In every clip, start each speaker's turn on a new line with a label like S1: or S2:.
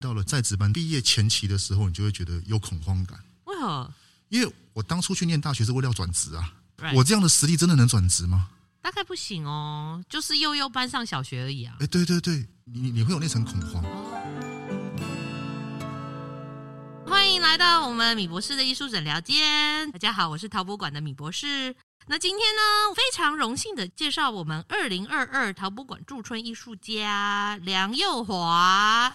S1: 到了在职班毕业前期的时候，你就会觉得有恐慌感，
S2: 为何？
S1: 因为我当初去念大学是为了要转职啊。
S2: Right
S1: 我这样的实力真的能转职吗？
S2: 大概不行哦，就是幼幼班上小学而已啊。
S1: 哎，对对对，你你会有那层恐慌。
S2: 欢迎来到我们米博士的艺术诊疗间。大家好，我是陶博馆的米博士。那今天呢，非常荣幸的介绍我们二零二二陶博馆驻村艺术家梁佑华。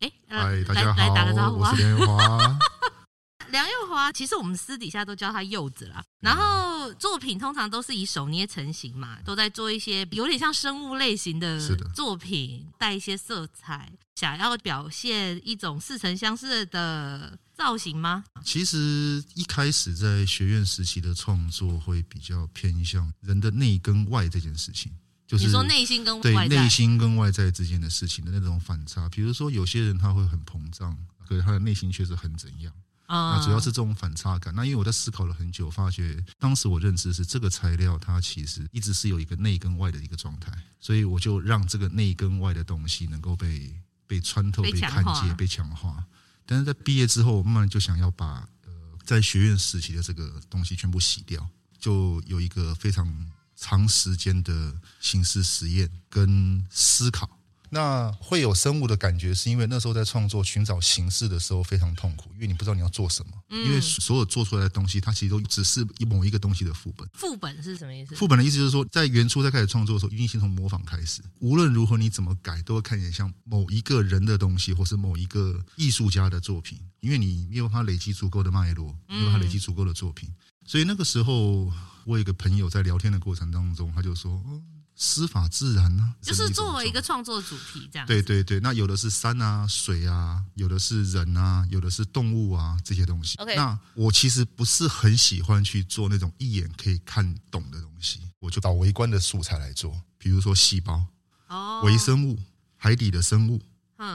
S2: 哎，
S1: 嗨，
S2: 来
S1: 大家
S2: 来打个招
S1: 好，
S2: 呼
S1: 我
S2: 啊
S1: 是！莲华。
S2: 梁佑华，其实我们私底下都叫他柚子啦。
S1: 嗯
S2: 然后作品通常都是以手捏成型嘛，都在做一些有点像生物类型的
S1: 是的
S2: 作品，带一些色彩，想要表现一种似曾相识的造型吗？
S1: 其实一开始在学院时期的创作会比较偏向人的内跟外这件事情，就是
S2: 你说内心跟
S1: 对
S2: 外在
S1: 内心跟外在之间的事情的那种反差。比如说有些人他会很膨胀，可是他的内心却是很怎样。
S2: 啊
S1: 那主要是这种反差感。那因为我在思考了很久，发觉当时我认知是这个材料它其实一直是有一个内跟外的一个状态，所以我就让这个内跟外的东西能够被被穿透、
S2: 被
S1: 被
S2: 强
S1: 看
S2: 化
S1: 见、被强化。但是在毕业之后，我慢慢就想要把呃在学院时期的这个东西全部洗掉，就有一个非常长时间的形式实验跟思考。那会有生物的感觉，是因为那时候在创作寻找形式的时候非常痛苦，因为你不知道你要做什么，
S2: 嗯
S1: 因为所有做出来的东西，它其实都只是某一个东西的副本。
S2: 副本是什么意思？
S1: 副本的意思就是说，在原初在开始创作的时候，一定先从模仿开始。无论如何，你怎么改，都会看起来像某一个人的东西，或是某一个艺术家的作品，因为你没有办法累积足够的脉络，
S2: 嗯
S1: 没有办法累积足够的作品。所以那个时候，我有一个朋友在聊天的过程当中，他就说：“嗯，司法自然呢、啊，
S2: 就是
S1: 这种
S2: 作为一
S1: 状
S2: 个创作主题这样。
S1: 对，对对，那有的是山啊、水啊，有的是人啊，有的是动物啊这些东西。
S2: OK
S1: 那我其实不是很喜欢去做那种一眼可以看懂的东西，我就找微观的素材来做，比如说细胞、
S2: 哦，
S1: 微生物、海底的生物，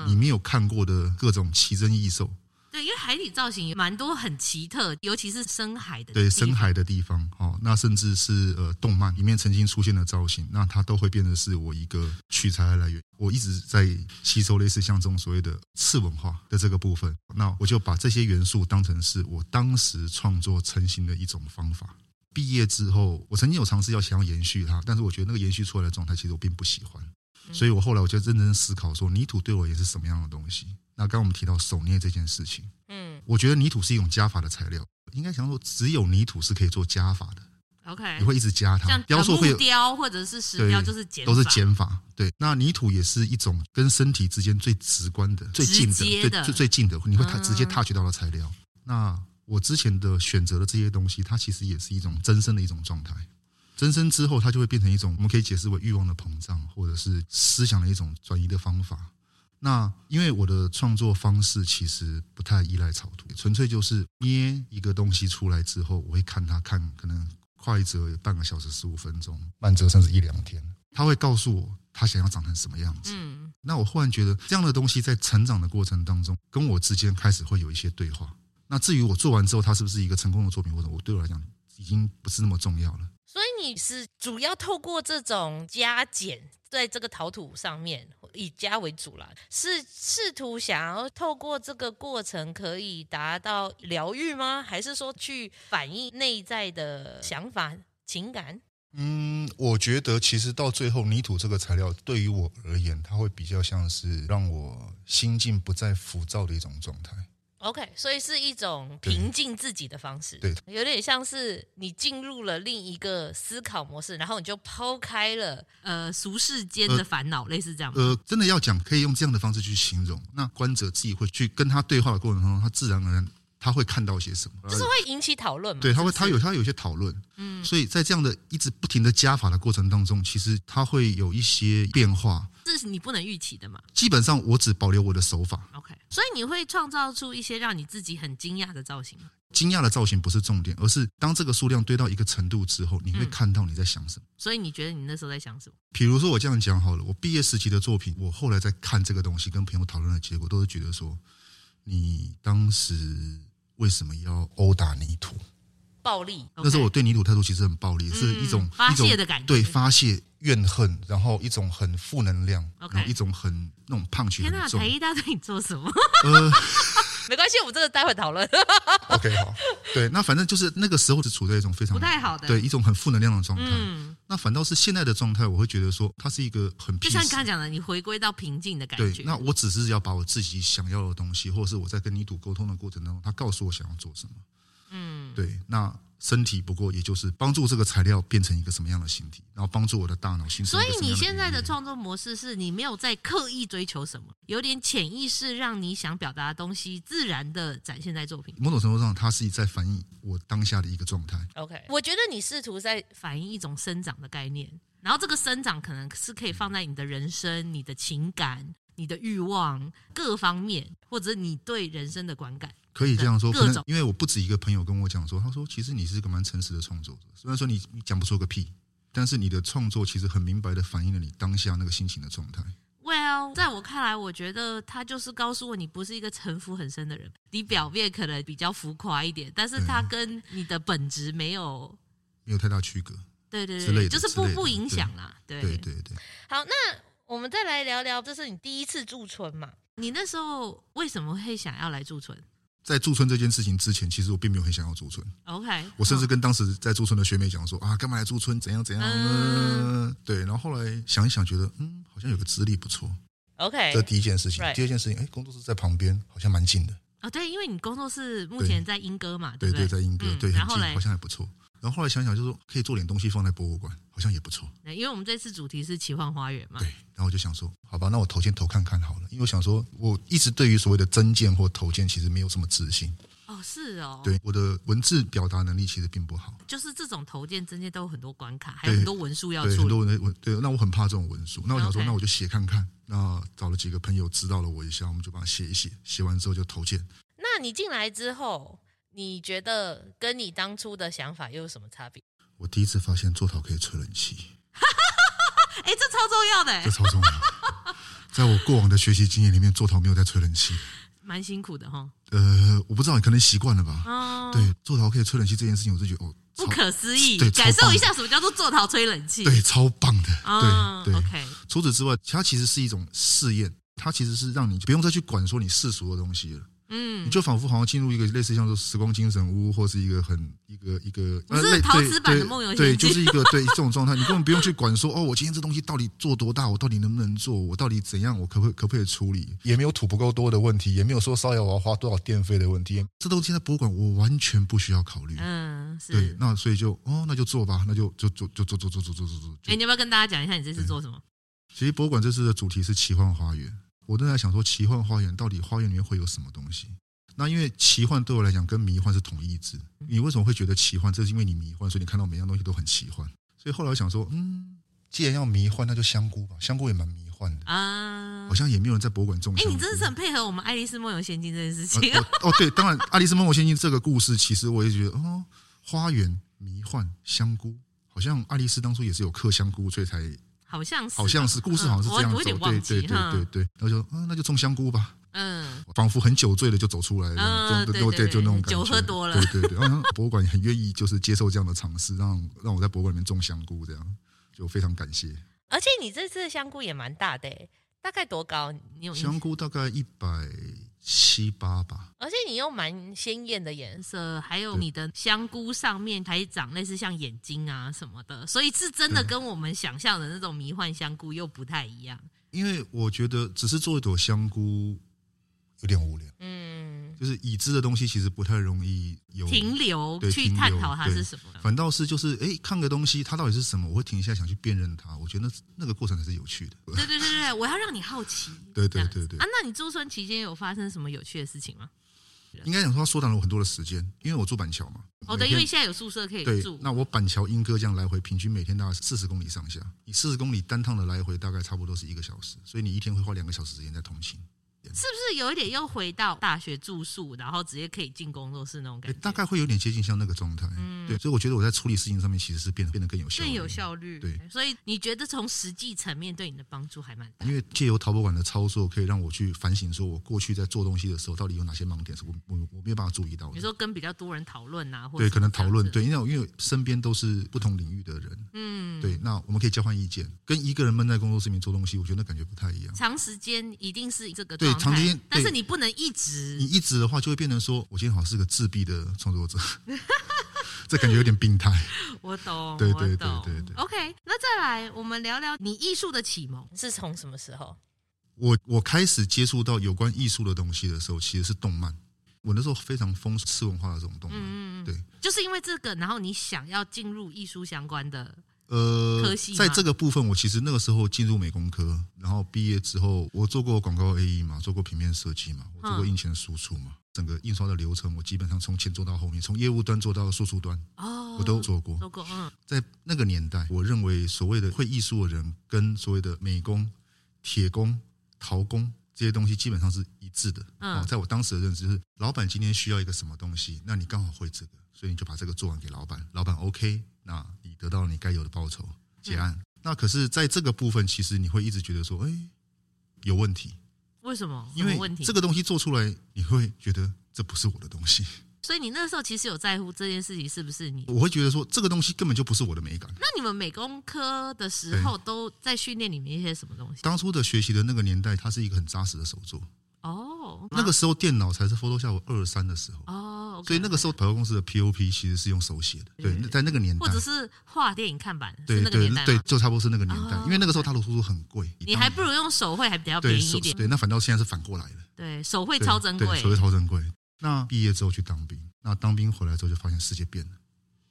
S1: 你
S2: 嗯，
S1: 没有看过的各种奇珍异兽，
S2: 对，因为海底造型蛮多很奇特，尤其是深海的地方，
S1: 对深海的地方，哦，那甚至是呃动漫里面曾经出现的造型，那它都会变成是我一个取材的来源。我一直在吸收类似像这种所谓的次文化的这个部分，那我就把这些元素当成是我当时创作成型的一种方法。毕业之后，我曾经有尝试要想要延续它，但是我觉得那个延续出来的状态，其实我并不喜欢。
S2: 嗯
S1: 所以我后来我就认真思考说，泥土对我也是什么样的东西？那刚刚我们提到手捏这件事情，
S2: 嗯
S1: 我觉得泥土是一种加法的材料，应该想说只有泥土是可以做加法的，
S2: ，OK，
S1: 你会一直加它
S2: 像。
S1: 雕塑会
S2: 木
S1: 有
S2: 雕或者是石
S1: 对
S2: 雕，就是剪
S1: 都是
S2: 法
S1: 减法，对。那泥土也是一种跟身体之间最直观的、最近
S2: 直接
S1: 的、
S2: 的
S1: 最最最近的，你会它
S2: 嗯
S1: 直接 touch 到的材料。那我之前的选择的这些东西，它其实也是一种增生的一种状态。增生之后，它就会变成一种我们可以解释为欲望的膨胀，或者是思想的一种转移的方法。那因为我的创作方式其实不太依赖草图，纯粹就是捏一个东西出来之后，我会看它看，可能快则有半个小时十五分钟，慢则甚至一两天，他会告诉我他想要长成什么样子。
S2: 嗯，
S1: 那我忽然觉得这样的东西在成长的过程当中，跟我之间开始会有一些对话。那至于我做完之后，它是不是一个成功的作品，或者我对我来讲已经不是那么重要了。
S2: 所以你是主要透过这种加减，在这个陶土上面以加为主啦，是试图想要透过这个过程可以达到疗愈吗？还是说去反映内在的想法、情感？
S1: 嗯，我觉得其实到最后，泥土这个材料对于我而言，它会比较像是让我心境不再浮躁的一种状态。
S3: OK，所以是一种
S1: 对
S3: 平静自己的方式，
S1: 对
S3: 有点像是你进入了另一个思考模式，然后你就抛开了。
S2: 呃，俗世间的烦恼，类似这样吗。
S1: 呃，真的要讲，可以用这样的方式去形容。那观者自己会去跟他对话的过程当中，他自然而然他会看到些什么，
S3: 就是会引起讨论嘛？
S1: 呃对，他会
S3: 是不
S1: 他
S3: 是
S1: 有他有一些讨论，嗯，所以在这样的一直不停的加法的过程当中，其实他会有一些变化。
S2: 这是你不能预期的嘛
S1: 基本上我只保留我的手法，
S2: ？OK，所以你会创造出一些让你自己很惊讶的造型吗。
S1: 惊讶的造型不是重点，而是当这个数量堆到一个程度之后，你会看到你在想什么。
S2: 所以你觉得你那时候在想什么？
S1: 比如说我这样讲好了，我毕业时期的作品，我后来在看这个东西，跟朋友讨论的结果，都是觉得说，你当时为什么要殴打泥土？
S4: 暴力。
S1: 那时候我对泥土态度其实很暴力，是一种
S2: 嗯发
S1: 一种
S2: 泄的感觉
S1: 对发泄怨恨，然后一种很负能量
S2: OK
S1: 然后一种很那种胖曲
S2: 天哪，
S1: 很重
S2: 台。医大对你做什么？
S1: 呃
S4: 没关系，我们这个待会讨论。
S1: ，OK，好， 对，那反正就是那个时候是处在一种非常
S2: 不太好的
S1: 对一种很负能量的状态。
S2: 嗯，
S1: 那反倒是现在的状态，我会觉得说它是一个很
S2: 就
S1: peace
S2: 像你刚刚讲的，你回归到平静的感
S1: 对
S2: 觉。，
S1: 那我只是要把我自己想要的东西，或者是我在跟泥土沟通的过程当中，他告诉我想要做什么。嗯，对。那身体不过也就是帮助这个材料变成一个什么样的形体，然后帮助我的大脑形成
S2: 所
S1: 一
S2: 以
S1: 个什么样的语言。
S2: 你现在的创作模式是你没有在刻意追求什么，有点潜意识让你想表达的东西自然的展现在作品，
S1: 某种程度上，它是在反映我当下的一个状态。
S4: OK，我觉得你试图在
S2: 反映一种生长的概念。然后这个生长可能是可以放在你的人生、你的情感、你的欲望各方面，或者你对人生的观感。
S1: 可以这样说，
S2: 各
S1: 可能
S2: 种
S1: 因为我不止一个朋友跟我讲说，他说其实你是一个蛮诚实的创作者，虽然说你你讲不出个屁，但是你的创作其实很明白的反映了你当下那个心情的状态。
S2: Well，在我看来，我觉得他就是告诉我，你不是一个城府很深的人。你表面可能比较浮夸一点，但是他跟你的本质没有，
S1: 没有太大区隔，
S2: 对对
S1: 之类
S2: 对，
S1: 的
S2: 就是
S1: 之
S2: 不
S1: 类的
S2: 不影响啦。对
S1: 对对对，
S4: 好，那我们再来聊聊，这是你第一次驻村嘛？
S2: 你那时候为什么会想要来驻村
S1: 在驻村这件事情之前，其实我并没有很想要驻村，
S2: ？OK，
S1: 我甚至
S2: 嗯
S1: 跟当时在驻村的学妹讲说啊，干嘛来驻村？怎样怎样？
S2: 嗯
S1: 嗯，对。然后后来想一想，觉得嗯，好像有个资历不错，
S4: OK，
S1: 这第一件事情
S4: Right。
S1: 第二件事情，哎，工作室在旁边，好像蛮近的。
S2: 哦，对，因为你工作室目前在英歌嘛，
S1: 对
S2: 不
S1: 对，
S2: 对？
S1: 在英歌，
S2: 嗯
S1: 对，
S2: 然
S1: 很
S2: 后
S1: 近，
S2: 嘞
S1: 好像还不错。然后后来想想，就是说可以做点东西放在博物馆，好像也不错。
S2: 因为我们这次主题是奇幻花园嘛
S1: 对，，然后我就想说，好吧，那我投件投看看好了，因为我想说，我一直对于所谓的增建或投件其实没有什么自信，
S2: 哦，是哦，，
S1: 对我的文字表达能力其实并不好。
S2: 就是这种投件、增件都有很多关卡，还有
S1: 对
S2: 很多文书要
S1: 对，
S2: 处
S1: 很
S2: 理。
S1: 多人文对，那我很怕这种文书，那我想说，
S2: OK
S1: 那我就写看看。那找了几个朋友指导了我一下，我们就把它写一写，写完之后就投件。
S4: 那你进来之后，你觉得跟你当初的想法又有什么差别？
S1: 我第一次发现做陶可以吹冷气，
S2: 哎，这超重要
S1: 这
S2: 的，
S1: 超重要。 在我过往的学习经验里面，做陶没有在吹冷气。
S2: 蛮辛苦的哈。
S1: 呃，我不知道你可能习惯了吧？
S2: 哦，
S1: 对，做陶可以吹冷气这件事情，我就觉得哦，
S2: 不
S1: 超
S2: 可思议
S1: 对，
S2: 感
S1: 超棒
S2: 受一下什么叫做坐陶吹冷气。
S1: 对，超棒的。
S2: 啊
S1: 对对。
S2: ，OK，
S1: 除此之外，它其实是一种试验，它其实是让你不用再去管说你世俗的东西了。
S2: 嗯
S1: 你，就仿佛好像进入一个类似像说时光精神屋，或是一个很一个一个
S2: 不是
S1: 呃类
S2: 陶
S1: 对
S2: 瓷版的
S1: 对
S2: 梦游仙
S1: 对，
S2: 境
S1: 就是一个对这种状态，你根本不用去管说哦，我今天这东西到底做多大，我到底能不能做，我到底怎样，我可不可以可不可以处理，也没有土不够多的问题，也没有说烧窑我要花多少电费的问题，这都现在博物馆我完全不需要考虑。
S2: 嗯，
S1: 对
S2: 是，。
S1: 那所以就哦，那就做吧，那就就就就做做做做做做做。就
S2: 哎，你要不要跟大家讲一下你这次做什么？
S1: 其实博物馆这次的主题是奇幻花园，我正在想说奇幻花园到底花园里面会有什么东西。那因为奇幻对我来讲跟迷幻是同义字，
S2: 嗯
S1: 你为什么会觉得奇幻？这是因为你迷幻，所以你看到每样东西都很奇幻。所以后来我想说，嗯，既然要迷幻，那就香菇吧，香菇也蛮迷幻的，
S2: 啊
S1: 好，像也没有人在博物馆种
S2: 哎
S1: 香，菇。
S2: 你真的是很配合我们《爱丽丝梦游仙境》这件事情。
S1: 呃我哦，对，当然，《爱丽丝梦游仙境》这个故事，其实我也觉得，哦，花园、迷幻、香菇，好像爱丽丝当初也是有嗑香菇，所以才
S2: 好像是，
S1: 好像是故事好像是这样
S2: 嗯
S1: 走，
S2: 我我有点
S1: 对
S2: 忘记
S1: 对对
S2: 哈
S1: 对对，然后就嗯，那就种香菇吧，
S2: 嗯，
S1: 仿佛很酒醉了就走出来了，
S2: 嗯
S1: 这
S2: 对
S1: 种
S2: 对
S1: 对，就那种
S2: 对
S1: 感觉，
S2: 酒喝多了
S1: 对对对。然后博物馆也很愿意就是接受这样的尝试，让让我在博物馆里面种香菇，这样就非常感谢。
S4: 而且你这次的香菇也蛮大的欸，大概多高？
S2: 你有印
S1: 香菇大概一百七八吧，
S4: 而且你又蛮鲜艳的颜色，
S2: 色，呃还有
S1: 对
S2: 你的香菇上面还长类似像眼睛啊什么的，所以是真的
S1: 对
S2: 跟我们想象的那种迷幻香菇又不太一样。
S1: 因为我觉得只是做一朵香菇有点无聊，
S4: 嗯，
S1: 就是已知的东西其实不太容易有
S2: 停留
S1: 对
S2: 去
S1: 停留
S2: 探讨它
S1: 对
S2: 是什 么，
S1: 反倒是就是哎，看个东西它到底是什么，我会停下来想去辨认它。我觉得那那个过程才是有趣的。
S2: 对对对对，对我要让你好奇。
S1: 对
S2: 这
S1: 对
S2: 样
S1: 对对
S2: 啊，，那你驻村期间有发生什么有趣的事情吗？
S1: 应该讲说它缩短了我很多的时间，因为我住板桥嘛。
S2: 哦，
S1: 每
S2: 对，
S1: 天
S2: 因为现在有宿舍可以
S1: 对
S2: 住，。
S1: 那我板桥莺歌这样来回，平均每天大概四十公里上下。你四十公里单趟的来回大概差不多是一个小时，所以你一天会花两个小时时间在通勤。
S2: 是不是有一点又回到大学住宿，然后直接可以进工作室那种感
S1: 诶
S2: 觉？
S1: 大概会有点接近像那个状态。对，所以我觉得我在处理事情上面其实是变得变得更有效，
S2: 更嗯有。效率。
S1: 对
S2: 所以你觉得从实际层面对你的帮助还蛮大
S1: 因？为借由淘宝馆的操作，可以让我去反省，说我过去在做东西的时候，到底有哪些盲点是我我我没有办法注意到
S2: 你
S1: 的。
S2: 说跟比较多人讨论啊，或
S1: 对，
S2: 者
S1: 可能
S2: 什
S1: 讨
S2: 么
S1: 论
S2: 这
S1: 对，
S2: 样子，
S1: 因为我因为身边都是不同领域的人，
S2: 嗯，
S1: 对，那我们可以交换意见。跟一个人闷在工作室里面做东西，我觉得那感觉不太一样。
S2: 长时间一定是这个
S1: 对
S2: 状态
S1: 长时间
S2: 但是
S1: 对
S2: 你不能一
S1: 你
S2: 直。
S1: 一直的话，就会变成说，我今天好像是个自闭的创 作者，这感觉有点病态。
S2: 我懂，
S1: 对
S2: 我
S1: 对对
S2: 懂
S1: 对对
S2: OK，那再来我们聊聊你艺术的启蒙。
S4: 是从什么时候？
S1: 我我开始接触到有关艺术的东西的时候，其实是动漫。我那时候非常疯次文化的这种动漫，
S2: 嗯嗯嗯
S1: 对，
S2: 就是因为这个，然后你想要进入艺术相关的，可
S1: 呃
S2: 惜，吗
S1: 在这个部分，我其实那个时候进入美工科，然后毕业之后，我做过广告 A E 嘛，做过平面设计嘛，我做过
S2: 嗯
S1: 印钱输出嘛，整个印刷的流程，我基本上从前做到后面，从业务端做到输出端，
S2: 哦，
S1: 我都做过。
S2: 做过，嗯，
S1: 在那个年代，我认为所谓的会艺术的人跟所谓的美工、铁工、陶工这些东西基本上是一致的。
S2: 嗯
S1: 哦，在我当时的认知就是，老板今天需要一个什么东西，那你刚好会这个，所以你就把这个做完给老板，老板 OK，那你得到了你该有的报酬，结案。
S2: 嗯
S1: 那可是，在这个部分，其实你会一直觉得说，哎，有问题，
S2: 为什么？
S1: 因
S2: 什
S1: 为
S2: 么问题？
S1: 这个东西做出来，你会觉得这不是我的东 西，
S2: 所以你那时候其实有在乎这件事情是不是你？
S1: 我会觉得说这个东西根本就不是我的美感。
S2: 那你们美工科的时候都在训练里面一些什么东西？
S1: 当初的学习的那个年代，它是一个很扎实的手作，
S2: 哦，
S1: 那个时候电脑才是 Photoshop 二三的时候，
S2: 哦，OK，
S1: 所以那个时候百货公司的 POP 其实是用手写的。对，那在那个年代
S2: 或，者是画电影看板，
S1: 对
S2: 是那个
S1: 对
S2: 年代吗
S1: 对，就差不多是那个年代
S2: 哦，
S1: 因为那个时候大陆输出很贵，
S2: 你还不如用手绘，还比较便
S1: 对
S2: 宜
S1: 手
S2: 一点。
S1: 对，那反倒现在是反过来了，
S2: 对，手绘
S1: 对
S2: 超珍
S1: 对
S2: 贵
S1: 手。绘超珍贵。那毕业之后去当兵，那当兵回来之后就发现世界变了，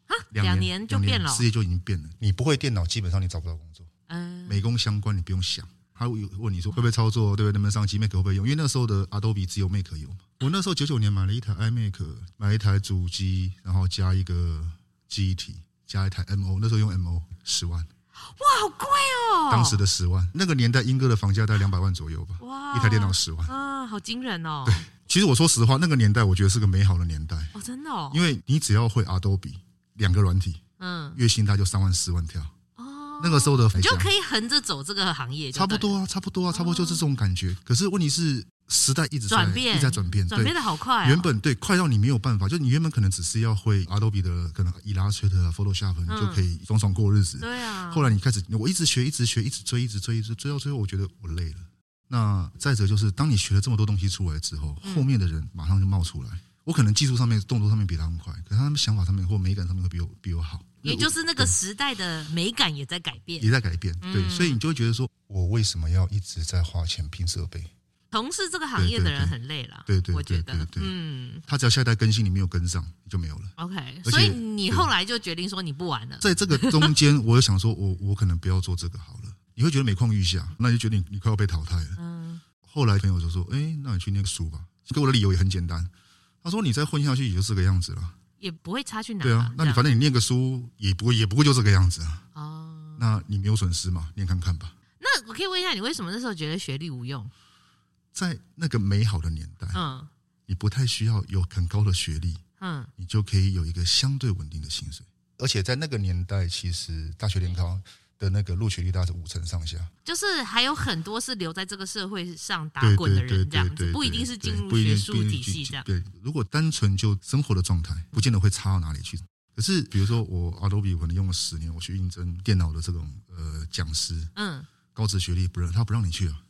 S2: 啊，两年就
S1: 两
S2: 变了哦。
S1: 世界就已经变了。你不会电脑，基本上你找不到工作。
S2: 嗯，
S1: 美工相关你不用想，他会问你说会不会操作，对不对？能不能上机，Mac 会不会用？因为那时候的 Adobe 只有 Mac 有嘛。我那时候九九年买了一台 iMac，买了一台主机，然后加一个记忆体，加一台 MO，那时候用 MO 十万，
S2: 哇，好贵哦。
S1: 当时的十万，那个年代英歌的房价大概两百万左右吧，
S2: 哇
S1: 一台电脑十万。
S2: 啊，好惊人哦。
S1: 其实我说实话，那个年代我觉得是个美好的年代，
S2: 哦，真的哦。
S1: 因为你只要会 Adobe 两个软体，
S2: 嗯，
S1: 月薪大概就三万四万跳。
S2: 哦，
S1: 那个时候的
S2: 你就
S1: 房价
S2: 可以横着走这个行业，就
S1: 差不
S2: 对了
S1: 多啊，差不多啊，差不多就是这种感觉。可是问题是，时代一直在
S2: 转变
S1: 一直在转变，
S2: 转变
S1: 对。
S2: 的好快哦。
S1: 原本对快到你没有办法，就你原本可能只是要会 Adobe 的可能 Illustrator、Photoshop，你就可以爽爽过日子。
S2: 嗯对啊，
S1: 后来你开始，我一直学，一直学，一直追，一直追，一直追到最后，我觉得我累了。那再者就是，当你学了这么多东西出来之后，
S2: 嗯
S1: 后面的人马上就冒出来。我可能技术上面、动作上面比他们快，可是他们想法上面或美感上面会比我比我好。
S2: 也就是那个
S1: 对
S2: 时代的美感也在改变。
S1: 也在改变，
S2: 嗯
S1: 对，所以你就会觉得说，我为什么要一直在花钱拼设备？
S2: 从事这个行业的人很累了，
S1: 对对对
S2: 我觉
S1: 对
S2: 得
S1: 对，对
S2: 嗯
S1: 它只要下一代更新你没有跟上，你就没有了。
S2: ，OK，
S1: 而且
S2: 所以你后来就决定说你不玩了，
S1: 在这个中间，我就想说我，我可能不要做这个好了。你会觉得每况愈下，那你就觉得你你快要被淘汰了。
S2: 嗯，
S1: 后来朋友就说：“哎、那你去念个书吧。”给我的理由也很简单，他说：“你再混下去也就这个样子了。
S2: 也不会差去”哪
S1: 对
S2: 了，
S1: 啊，那你
S2: 这
S1: 反
S2: 样
S1: 正你念个书也不也不过就这个样子啊。
S2: 哦，
S1: 那你没有损失嘛？念看看吧。
S2: 那我可以问一下，你为什么那时候觉得学历 无用？
S1: 在那个美好的年代，
S2: 嗯
S1: 你不太需要有很高的学历，
S2: 嗯，
S1: 你就可以有一个相对稳定的薪水。而且在那个年代，其实大学联考的那个录取率大概是五成上下，
S2: 就是还有很多是留在这个社会上打
S1: 对
S2: 滚
S1: 对对
S2: 的
S1: 对
S2: 人，这样
S1: 对
S2: 子
S1: 对
S2: 不一定是进
S1: 对
S2: 入
S1: 不一
S2: 学
S1: 定
S2: 术
S1: 不一定
S2: 体
S1: 进
S2: 系这样。
S1: 对，如果单纯就生活的状态，不见得会差到哪里去。可是比如说我 Adobe 我可能用了十年，我去应征电脑的这种呃讲师，
S2: 嗯，
S1: 高职学历不认，他不让你去啊。
S2: 哦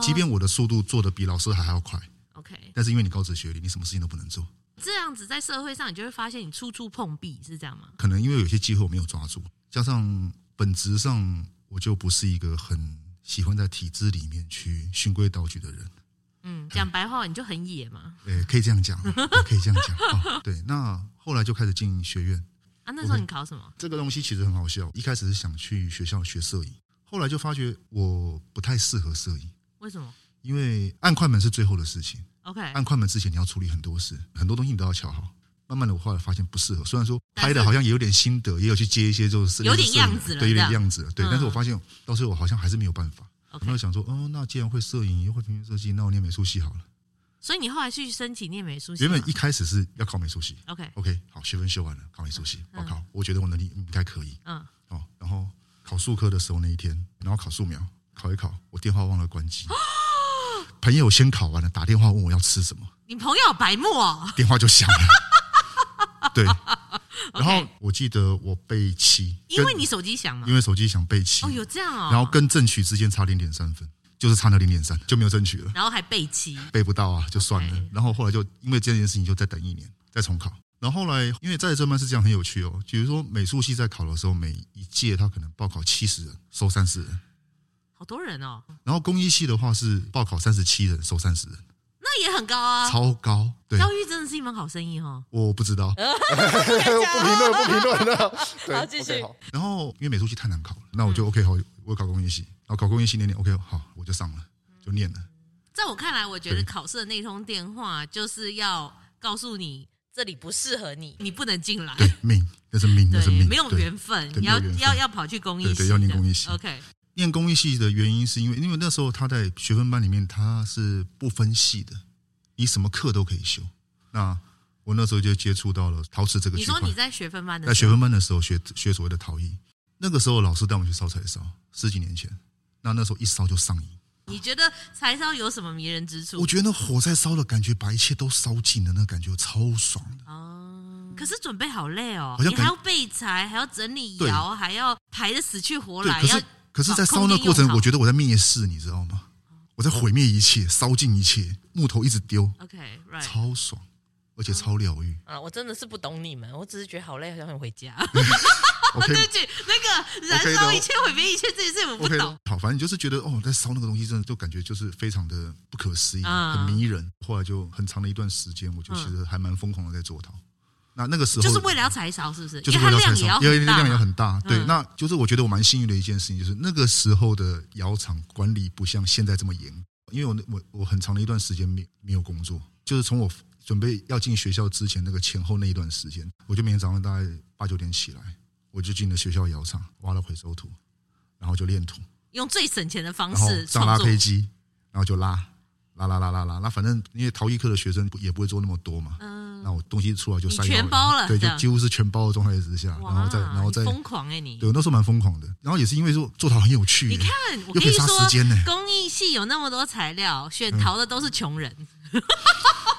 S1: 即便我的速度做的比老师还要快，
S2: OK
S1: 但是因为你高职学历，你什么事情都不能做。
S2: 这样子，在社会上你就会发现你处处碰壁，是这样吗？
S1: 可能因为有些机会我没有抓住，加上本质上我就不是一个很喜欢在体制里面去循规蹈矩的人，
S2: 嗯，讲白话你就很野嘛。
S1: 呃，可以这样讲，呃可以这样讲。哦，对，那后来就开始进学院，
S2: 啊，那时候你考什么？
S1: 这个东西其实很好笑。一开始是想去学校学摄影，后来就发觉我不太适合摄影，
S2: 为什么
S1: 因为按快门是最后的事情，
S2: ？OK，
S1: 按快门之前你要处理很多事，很多东西你都要瞧好。慢慢的，我后来发现不适合。虽然说
S2: 但是
S1: 拍的好像也有点心得，也有去接一些就是
S2: 有点样子了
S1: 对，有
S2: 这
S1: 点
S2: 样
S1: 样子了，对。但是我
S2: 嗯
S1: 发现到时候我好像还是没有办法。
S2: OK
S1: 那我想说，哦，那既然会摄影，又会平面设计，那我念美术系好了。
S2: 所以你后来去申请念美术系
S1: 原
S2: 吗，
S1: 本一开始是要考美术系
S2: OK，
S1: ，OK，好，学分修完了，考美术系，我
S2: 啊嗯
S1: 靠，我觉得我能力应该可以
S2: 嗯，
S1: 哦。然后考数科的时候那一天，然后考素描，考一考，我电话忘了关 机。朋友先考完了，打电话问我要吃什么，
S2: 你朋友好白目哦，
S1: 电话就响了。 对，然后
S2: OK
S1: 我记得我背七，
S2: 因为
S1: 跟
S2: 你手机响嘛
S1: 因，为手机想背七
S2: 哦，，有这样哦，
S1: 然后跟正取之间差零点三分，就是差那零点三就没有正取了，
S2: 然后还背弃，
S1: 背不到啊，就算了
S2: OK。
S1: 然后后来就因为这件事情就再等一年，再重考。然后后来因为在这班是这样很有趣哦，比如说美术系在考的时候，每一届他可能报考七十人，收三十人。
S2: 好多人哦，
S1: 然后工艺系的话是报考三十七人，收三十人，
S2: 那也很高啊。
S1: 超高。对，
S2: 教育真的是一门好生意哦。
S1: 我不知道，不评论，不评论了。对
S4: 好继续
S1: OK，好然后因为美术系太难考了，那
S2: 嗯
S1: 我就 OK 好，我考工艺系，然后考工艺系那年 OK 好，我就上了，就念了。
S2: 在我看来，我觉得
S1: 对
S2: 考试的那通电话就是要告诉你，
S4: 这里不适合你。
S2: 你不能进来，
S1: 对， 命，那是命，那是
S2: 对，
S1: 命，
S2: 没有
S1: 对
S2: 缘分，
S1: 对
S2: 你要
S1: 没有缘分
S2: 要要跑去公益系的，
S1: 对对要念公益系
S2: OK，
S1: 念工艺系的原因是因为，因为那时候他在学分班里面他是不分系的，你什么课都可以修。那我那时候就接触到了陶瓷这个
S2: 你
S1: 区
S2: 说
S1: 块
S2: 你。在学分班的
S1: 在
S2: 时
S1: 学
S2: 候，
S1: 分班的时候学学所谓的陶艺，那个时候老师带我们去烧柴烧，十几年前。那那时候一烧就上瘾，
S2: 你觉得柴烧有什么迷人之处
S1: 我？觉得那火在烧的感觉，把一切都烧尽了，那感觉超爽的。
S2: 哦，可是准备好累哦，
S1: 好像
S2: 你还
S1: 感
S2: 要备柴，还要整理
S1: 对
S2: 窑，还要排的死去活
S1: 对，
S2: 来，
S1: 可
S2: 要
S1: 是可是，在
S2: 把空
S1: 烧那
S2: 间
S1: 过程
S2: 用，好嗯
S1: 我觉得我在灭世，你知道吗？我在毁灭一切，烧尽一切，木头一直丢，
S2: OK，right，
S1: 超爽，而
S2: 嗯
S1: 且超疗
S2: 哦
S1: 愈。
S4: 啊，我真的是不懂你们，我只是觉得好累，好想回 家。
S1: OK
S2: 对不起，那个燃
S1: OK
S2: 烧
S1: 的
S2: 一切毁灭一切这件事我不
S1: OK，
S2: 懂。
S1: 好，反正就是觉得哦，在烧那个东西，真的就感觉就是非常的不可思议，
S2: 嗯
S1: 很迷人。后来就很长的一段时间，我就其实还蛮疯狂的在做陶。那那个时候
S2: 就是为了要柴烧，是不是？
S1: 就是
S2: 因
S1: 为
S2: 为它
S1: 了
S2: 量
S1: 采
S2: 也要
S1: 烧，因为
S2: 很大嘛
S1: 量也很大。对，
S2: 嗯
S1: 那就是我觉得我蛮幸运的一件事情，就是那个时候的窑厂管理不像现在这么严，因为我那我我很长的一段时间没没有工作，就是从我准备要进学校之前那个前后那一段时间，我就每天早上大概八九点起来，我就进了学校窑厂，挖了回收土，然后就练土，
S2: 用最省钱的方
S1: 然后
S2: 式
S1: 上
S2: 创
S1: 拉
S2: 作。
S1: 胚机，然后就拉拉拉拉拉拉，那反正因为陶艺课的学生不也不会做那么多嘛，
S2: 嗯，
S1: 那我东西出来就
S2: 你
S1: 塞
S2: 全
S1: 腰
S2: 包了
S1: 对，
S2: 这
S1: 就
S2: 样
S1: 几乎是全包的状态之下，然后再
S2: 哇
S1: 然后再
S2: 你疯狂哎你！
S1: 对，我那时候蛮疯狂的。然后也是因为说做陶很有趣耶，欸
S2: 你看，
S1: 又
S2: 我跟
S1: 可
S2: 你
S1: 以杀
S2: 说
S1: 时，间欸嗯呢。
S2: 工艺系有那么多材料，选陶的都是穷人。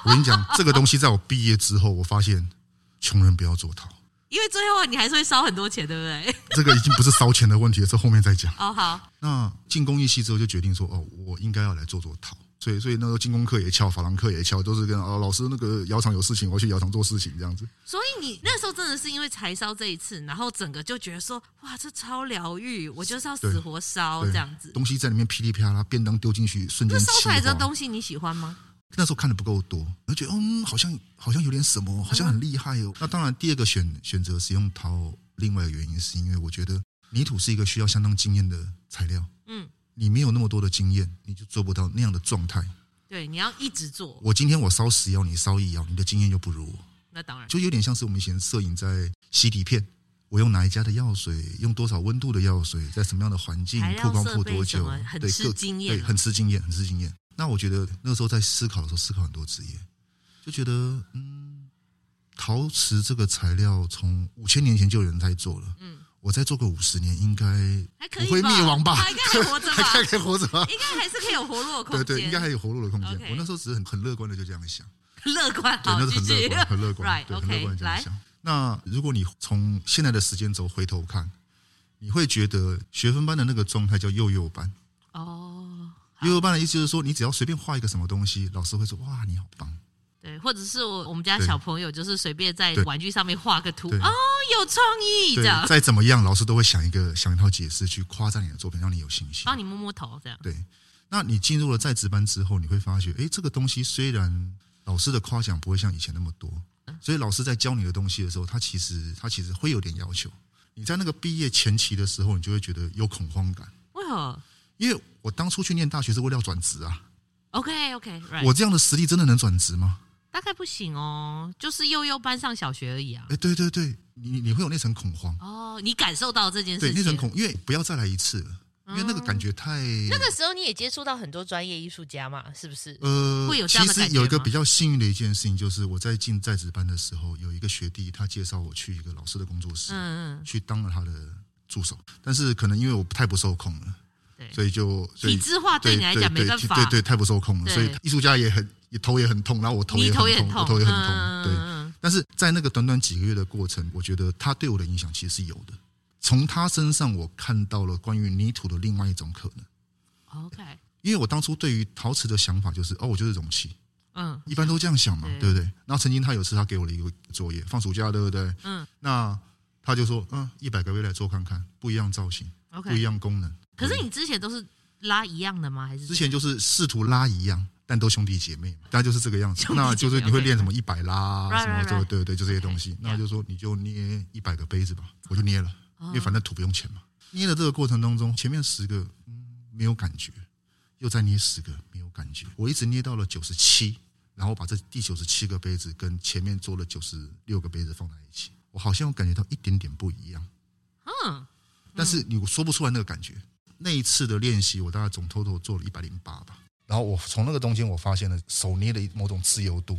S1: 我跟你讲，这个东西在我毕业之后，我发现穷人不要做陶，
S2: 因为最后你还是会烧很多钱，对不对？
S1: 这个已经不是烧钱的问题了，这后面再讲。
S2: 哦，好，
S1: 那进工艺系之后就决定说，哦，我应该要来做做陶。所以，所以那时候进工课也翘，法郎课也翘，都是跟哦老师那个窑厂有事情，我要去窑厂做事情这样子。
S2: 所以你那时候真的是因为柴烧这一次，然后整个就觉得说，哇，这超疗愈，我就是要死
S1: 对
S2: 活烧
S1: 对
S2: 哦这样子。
S1: 东西在里面噼里啪啦，便当丢进去，瞬
S2: 那
S1: 间
S2: 烧
S1: 气
S2: 出来这
S1: 化
S2: 东西你喜欢吗？
S1: 那时候看的不够多，我就觉得嗯，好像好像有点什
S2: 嗯
S1: 么，好像很厉害哦。那当然，第二个选选择使用陶，另外一个原因是因为我觉得泥土是一个需要相当经验的材料，
S2: 嗯，
S1: 你没有那么多的经验，你就做不到那样的状态。
S2: 对，你要一直做，
S1: 我今天我烧十窑，你烧一窑，你的经验又不如我，
S2: 那当然。
S1: 就有点像是我们以前摄影在洗底片。我用哪一家的药水，用多少温度的药水，在什么样的环境
S2: 材料
S1: 曝光曝多
S2: 设备什
S1: 久
S2: 么，很
S1: 对，
S2: 吃
S1: 各
S2: 经验
S1: 对，很吃经验，很吃经验。那我觉得那时候在思考的时候，思考很多职业，就觉得嗯，陶瓷这个材料从五千年前就有人在做了，嗯，我再做个五十年，应该
S2: 还可以
S1: 不会
S2: 吧
S1: 灭亡吧？
S2: 还可以活着吧
S1: 还可以活着 吧？
S2: 应该还是可以有活络的空
S1: 对
S2: 间，
S1: 对，应该还有活路的空间。
S2: OK
S1: 我那时候只是很很乐观的就这样想。
S2: 乐观，
S1: 对，
S2: 好，
S1: 那是
S2: 继
S1: 很乐
S2: 续
S1: 观，很乐观，
S2: Right,
S1: 对，很乐
S2: OK，
S1: 观这样
S2: 来，
S1: 想。那如果你从现在的时间轴回头看，你会觉得学分班的那个状态叫幼幼班。
S2: 哦，
S1: 幼幼班的意思就是说，你只要随便画一个什么东西，老师会说：“哇，你好棒
S2: 对，或者是我我们家
S1: 对
S2: 小朋友就是随便在
S1: 对
S2: 玩具上面画个图，
S1: 对
S2: 哦，有创！”意这
S1: 对
S2: 样，，
S1: 再怎么样，老师都会想一个想一套解释去夸赞你的作品，让你有信心。
S2: 帮你摸摸头这样。
S1: 对，那你进入了在职班之后，你会发觉，诶，这个东西虽然老师的夸奖不会像以前那么多，
S4: 嗯
S1: 所以老师在教你的东西的时候，他其实他其实会有点要求。你在那个毕业前期的时候，你就会觉得有恐慌感，
S2: 为何
S1: 因为我当初去念大学是为了要转职啊，
S2: ？OK OK，
S4: 哎
S1: 我这样的实力真的能转职吗？
S2: 大概不行哦，就是幼幼班上小学而已啊。
S1: 诶，对对对，你你你会有那层恐慌，
S2: 哦，你感受到这件
S1: 对
S2: 事
S1: 那层
S2: 情，
S1: 恐，因为不要再来一次了。因为那个感觉太
S4: 那个时候你也接触到很多专业艺术家嘛，是不是？
S1: 呃，
S2: 会有这
S1: 其
S2: 样的
S1: 实
S2: 感觉
S1: 有一个
S2: 吗
S1: 比较幸运的一件事情，就是我在进在职班的时候，有一个学弟他介绍我去一个老师的工作室，
S2: 嗯嗯，
S1: 去当了他的助手。但是可能因为我太不受控了，
S2: 对
S1: 所以就所以
S2: 体制化对你来讲没办法，
S1: 对对，太不受控了，
S2: 对
S1: 所以艺术家也很也头也很痛，然后我头
S2: 你
S1: 也
S2: 头
S1: 很
S2: 也
S1: 痛，
S2: 痛，
S1: 我头也很痛，
S2: 嗯
S1: 对。
S2: 嗯
S1: 但是在那个短短几个月的过程，我觉得他对我的影响其实是有的。从他身上，我看到了关于泥土的另外一种可能。
S2: 嗯 OK，
S1: 因为我当初对于陶瓷的想法就是，哦，我就是容器，
S2: 嗯
S1: 一般都这样想嘛，
S2: 对
S1: 对不对？然后曾经他有次他给我了一个作业，放暑假，对不对？
S2: 嗯。
S1: 那他就说，嗯，一百个月来做看看，不一样造型，不一
S2: ，OK。
S1: 样功能。
S2: 可是你之前都是拉一样的吗？还是
S1: 之前就是试图拉一样，但都兄弟姐妹嘛，大家就是这个样子。那就是你会练什么一百拉，啊
S2: Right,
S1: 什么
S2: right,
S1: 做
S2: right.
S1: 对对，就这些东西
S2: Okay,。
S1: 那就说你就捏一百个杯子吧，我就捏了，因为反正土不用钱嘛。捏的这个过程当中，前面十个嗯没有感觉，又再捏十个没有感觉，我一直捏到了九十七，然后把这第九十七个杯子跟前面做了九十六个杯子放在一起，我好像有感觉到一点点不一样。
S2: 嗯
S1: 但是你说不出来那个感觉。那一次的练习，我大概总 total 做了一百零八吧。然后我从那个中间，我发现了手捏的某种自由度。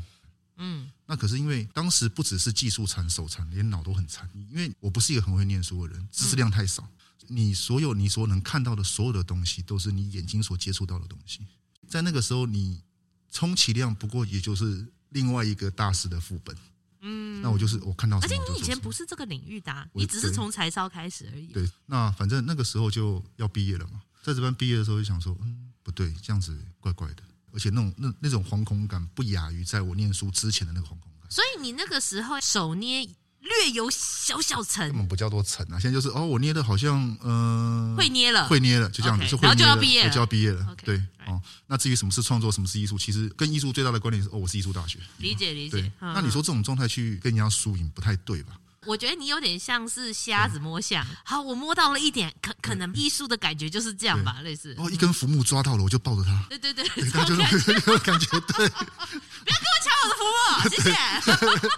S2: 嗯
S1: 那可是因为当时不只是技术残、手残，连脑都很残。因为我不是一个很会念书的人，知识量太少。你所有你所能看到的所有的东西，都是你眼睛所接触到的东西。在那个时候，你充其量不过也就是另外一个大师的副本。
S2: 嗯，
S1: 那我就是我看到什
S2: 而且
S1: 么我就
S2: 你以
S1: 做
S2: 前
S1: 什么
S2: 不是这个领域的啊，
S1: 我
S2: 你只是
S1: 对
S2: 从柴烧开始而已。
S1: 对，那反正那个时候就要毕业了嘛，在这班毕业的时候就想说，嗯，不对，这样子怪怪的，而且那种那那种惶恐感不亚于在我念书之前的那个惶恐感，
S2: 所以你那个时候手捏略有小小
S1: 根
S2: 沉，
S1: 本不叫做沉啊，现在就是哦，我捏的好像嗯、呃
S2: 会捏了，
S1: 会捏了，就这样子
S2: OK，
S1: 就会捏了，
S2: 然后就要毕业了
S1: 我就要毕业了
S2: OK，
S1: 对
S2: right
S1: 哦。那至于什么是创作，什么是艺术，其实跟艺术最大的关联是哦，我是艺术大学，
S2: 理解理
S1: 对
S2: 解。。嗯
S1: 那你说这种状态去跟人家输赢不太对吧？
S2: 我觉得你有点像是瞎子摸象。好，我摸到了一点，可可能艺术的感觉就是这样吧，类似。
S1: 哦，一根浮木抓到了，我就抱着 它，
S2: 对对对，
S1: 对，
S2: 这
S1: 大
S2: 种
S1: 家就
S2: 感觉
S1: 是 那种感觉，对
S2: 我的服务，谢 谢。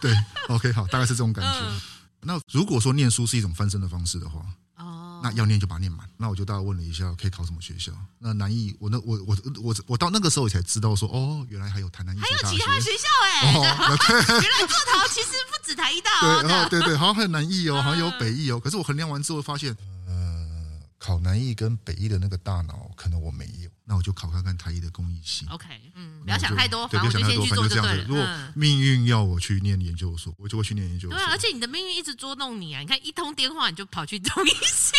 S1: 对，OK，好， 大概是这种感觉。
S2: 嗯
S1: 那如果说念书是一种翻身的方式的话，
S2: 哦，
S1: 那要念就把它念满。那我就大概问了一下，可以考什么学校？那南艺，我那我我我我到那个时候才知道说，哦，原来还有台南艺
S2: 还
S1: 术
S2: 有
S1: 大
S2: 其
S1: 学。
S2: 他学校哎，
S1: 哦，那 对
S2: 原来做陶其实不止台一大哦
S1: 对，哦
S2: 的。
S1: 对对，好像还有南
S2: 嗯
S1: 艺哦，好像有北艺哦。可是我衡量完之后发现，呃，考南艺跟北艺的那个大脑可能我没有，那我就考看看台艺的工艺系。
S2: OK，嗯，不
S1: 然
S2: 要
S1: 后就
S2: 想太多，
S1: 对，
S2: 反
S1: 不
S2: 正
S1: 要
S2: 我
S1: 想太
S2: 就先
S1: 多，反正就
S2: 去做
S1: 这样
S2: 对
S1: 子
S2: 了。。
S1: 如果
S2: 嗯
S1: 命运要我去念研究所，我就会去念研究所
S2: 对。啊，而且你的命运一直捉弄你啊！你看一通电话你就跑去东一 西。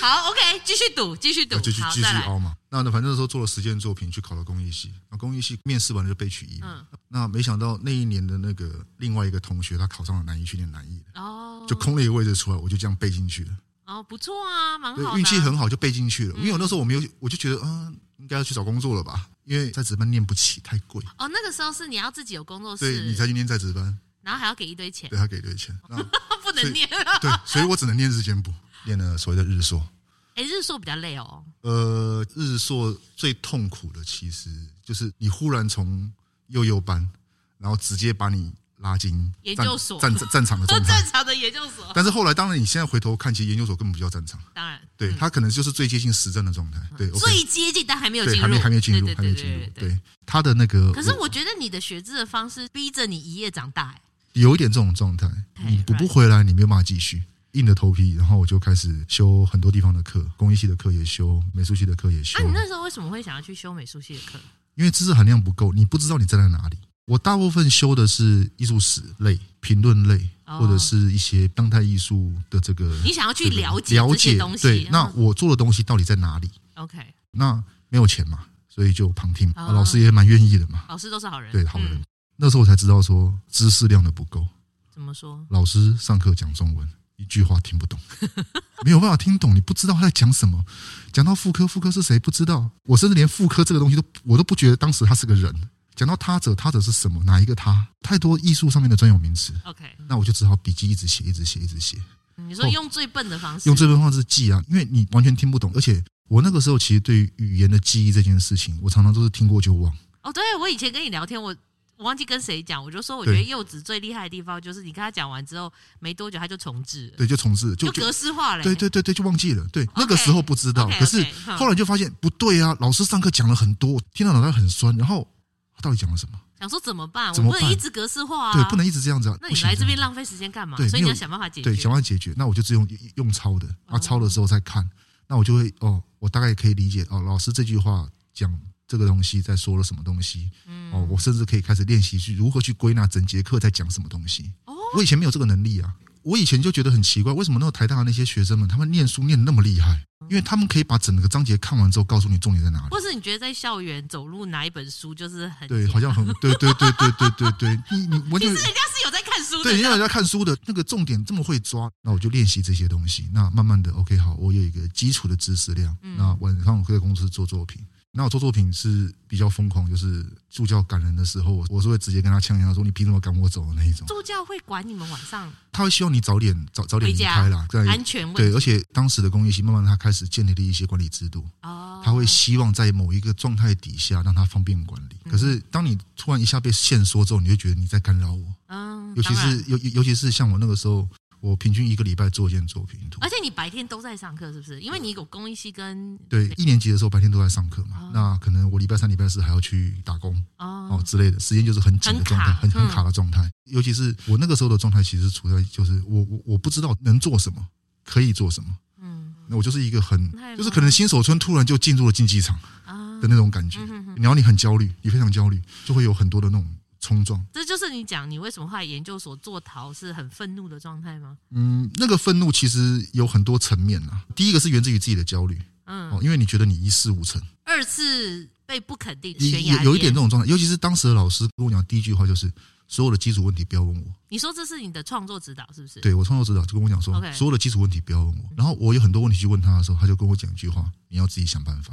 S2: 好，OK，继续赌，继续赌，
S1: 要继续哦
S2: 好，
S1: 继
S2: 再
S1: 续
S2: 来。
S1: 凹嘛。那那反正那时候做了实践作品，去考了工艺系。那工艺系面试完了就被取
S2: 嗯
S1: 一嘛。那没想到那一年的那个另外一个同学，他考上了南艺，去念南艺的，
S2: 哦，
S1: 就空了一个位置出来，我就这样背进去了。
S2: 哦，不错啊，蛮好的啊，
S1: 对，运气很好就背进去了。因为我那时候我没有，我就觉得嗯、应该要去找工作了吧，因为在职班念不起，太贵。
S2: 哦，那个时候是你要自己有工作
S1: 对你
S2: 室，
S1: 才去念在职班，
S2: 然后还要给一堆钱，哦
S1: 对他给对钱。那
S2: 不能念。
S1: 对，所以我只能念日间部，念了所谓的日硕。
S2: 哎，日硕比较 累哦。
S1: 呃，日硕最痛苦的其实就是你忽然从幼幼班，然后直接把你拉进
S2: 研
S1: 战
S2: 究所
S1: 战战战场的
S2: 都
S1: 状
S2: 正
S1: 态。
S2: 常的研究 所，
S1: 但是后来，当然你现在回头看，其实研究所根本不叫战场，
S2: 当然
S1: 对、它可能就是最接近实战的状态。
S2: 嗯
S1: 对，OK，
S2: 最接近，但还没有
S1: 对，
S2: 进
S1: 还
S2: 入，
S1: 没还没进入
S2: 对，
S1: 还
S2: 对
S1: 没
S2: 对
S1: 进入
S2: 对。对。
S1: 对，他的那个，
S2: 可是我觉得你的学制的方式逼着你一夜长大，哎，
S1: 有一点这种状态，
S2: 哎
S1: 你补不
S2: right
S1: 回来，你没有办法继续，硬着头皮，然后我就开始修很多地方的课，工艺系的课也修，美术系的课也修。
S2: 那啊你那时候为什么会想要去修美术系的课？
S1: 因为知识含量不够，你不知道你站在哪里。我大部分修的是艺术史类、评论类，
S2: 哦
S1: 或者是一些当代艺术的这个。
S2: 你想要去
S1: 这个
S2: 了解
S1: 了
S2: 这些
S1: 解
S2: 东西
S1: 对
S2: 嗯，
S1: 那我做的东西到底在哪里？
S2: OK，
S1: 那没有钱嘛，所以就旁听，
S2: 哦
S1: 啊老师也蛮愿意的嘛。
S2: 老师都是好人，
S1: 对，好人。
S2: 嗯
S1: 那时候我才知道说知识量的不够，
S2: 怎么说？
S1: 老师上课讲中文，一句话听不懂， 没有办法听懂，你不知道他在讲什么。讲到妇科，妇科是谁不知道，我甚至连妇科这个东西都我都不觉得当时他是个人。讲到他者，他者是什么？哪一个他？太多艺术上面的专有名词，
S2: OK，
S1: 那我就只好笔记一直写，一直写，一直写，
S2: 你说
S1: 哦
S2: 用最笨的方式，
S1: 用这份方式记啊，因为你完全听不懂，而且我那个时候其实对于语言的记忆这件事情，我常常都是听过就忘。
S2: 哦，对我以前跟你聊天，我我忘记跟谁讲，我就说我觉
S1: 对
S2: 得柚子最厉害的地方就是你跟他讲完之后没多久他就重置了，
S1: 对，就重置，就
S2: 就格式化了、欸
S1: 对对对对，就忘记了。对，那个时候不知道，
S2: OK，OK，
S1: 可是
S2: 哼
S1: 后来就发现不对啊，老师上课讲了很多，我听到脑袋很酸，然后他到底讲了什么？
S2: 想说怎么办？
S1: 怎么
S2: 我不能
S1: 办
S2: 一直格式化啊，
S1: 对，不。能一直这样子啊。不
S2: 那你
S1: 行
S2: 来
S1: 的
S2: 这边浪费时间干嘛？
S1: 对
S2: 所以
S1: 没
S2: 你
S1: 有
S2: 要想办法解决。
S1: 对，想办法解决。那我就只用用抄的，啊，抄的时候再看。那我就会哦，我大概可以理解哦，老师这句话讲这个东西在说了什么东西。哦，我甚至可以开始练习去如何去归纳整节课在讲什么东西。
S2: 哦
S1: 我以前没有这个能力啊，我以前就觉得很奇怪，为什么那个台大的那些学生们，他们念书念得那么厉害？因为他们可以把整个章节看完之后，告诉你重点在哪里。
S2: 或是你觉得在校园走路拿一本书就是很
S1: 对，
S2: 简
S1: 好像很对对对对对对对，你你完全
S2: 其实人家是有在看书的
S1: 对，，因为人家看书的那个重点这么会抓，那我就练习这些东西。那慢慢的，OK，好，我有一个基础的知识量。
S2: 嗯
S1: 那晚上我会在公司做作品。那我做作品是比较疯狂，就是助教赶人的时候，我我是会直接跟他呛一下，说你凭什么赶我走的那一种。
S2: 助教会管你们晚上
S1: 他会希望你早点早早点
S2: 回
S1: 离
S2: 家
S1: 开啦，在
S2: 安全问
S1: 哎对，
S2: 题
S1: 而且当时的工业系慢慢他开始建立了一些管理制度，
S2: 哦，
S1: 他会希望在某一个状态底下让他方便管理。
S2: 嗯
S1: 可是当你突然一下被限缩之后，你就觉得你在干扰我。
S2: 嗯，
S1: 尤其
S2: 当
S1: 是
S2: 然
S1: 尤尤尤其是像我那个时候，我平均一个礼拜做一件作品图
S2: 而。且你白天都在上课，是不是？因为你有公益系跟
S1: 对，一年级的时候白天都在上课嘛，那可能我礼拜三、礼拜四还要去打工
S2: 哦
S1: 哦之类的，时间就是很紧的
S2: 很
S1: 状态，
S2: 卡
S1: 很很
S2: 嗯
S1: 卡的状态。尤其是我那个时候的状态，其实处在就是我我我不知道能做什么，可以做什么。
S2: 嗯
S1: 那我就是一个很
S2: 那也
S1: 就是
S2: 蛮
S1: 可能新手村突然就进入了竞技场
S2: 啊
S1: 的，那种感觉，
S2: 嗯
S1: 然后你很焦虑，你非常焦虑，就会有很多的那种冲撞。
S2: 这就是你讲你为什么后来研究所做陶是很愤怒的状态吗？
S1: 嗯，那个愤怒其实有很多层面啊。第一个是源自于自己的焦虑，
S2: 嗯，
S1: 哦，因为你觉得你一事无成，
S2: 二次被不肯定，
S1: 有
S2: 悬崖
S1: 有有一点
S2: 边
S1: 这种状态，尤其是当时的老师跟我讲第一句话就是。所有的基础问题不要问我，
S2: 你说这是你的创作指导是不是？
S1: 对我创作指导就跟我讲说
S2: OK
S1: 所有的基础问题不要问我。然后我有很多问题去问他的时候，他就跟我讲一句话：你要自己想办法。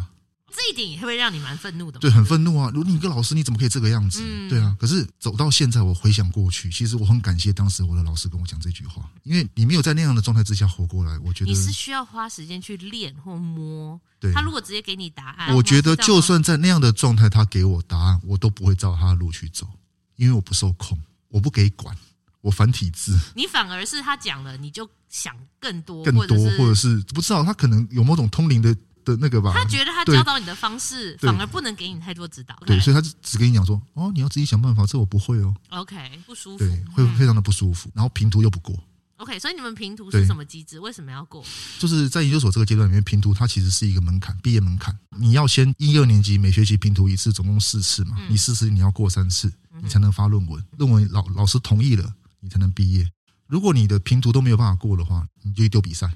S2: 这一点也会让你蛮愤怒的嘛。
S1: 对，很愤怒啊！如果你一个老师，你怎么可以这个样子？
S2: 嗯
S1: 对啊。可是走到现在，我回想过去，其实我很感谢当时我的老师跟我讲这句话，因为你没有在那样的状态之下活过来，我觉得
S2: 你是需要花时间去练或摸。
S1: 对
S2: 他如果直接给你答案，
S1: 我觉得
S2: 知道吗
S1: 就算在那样的状态，他给我答案，我都不会照他的路去走，因为我不受控，我不给管，我繁体字
S2: 你反而是他讲了，你就想更多，
S1: 更
S2: 或
S1: 多，
S2: 者是
S1: 或者是不知道他可能有某种通灵的的那个吧。
S2: 他觉得他
S1: 对
S2: 教导你的方式
S1: 对
S2: 反而不能给你太多指导。
S1: 对，所以他就只跟你讲说，哦，你要自己想办法，这我不会哦。
S2: OK，不嗯舒服
S1: 对。，会非常的不舒服，然后平图又不过。
S2: OK，所以你们平图
S1: 对
S2: 是什么机制？为什么要过？
S1: 就是在研究所这个阶段里面，拼图它其实是一个门槛，毕业门槛。你要先一二年级每学期拼图一次，总共四次嘛，你四次你要过三次，你才能发论文。论文老老师同意了，你才能毕业。如果你的拼图都没有办法过的话，你就去丢比赛，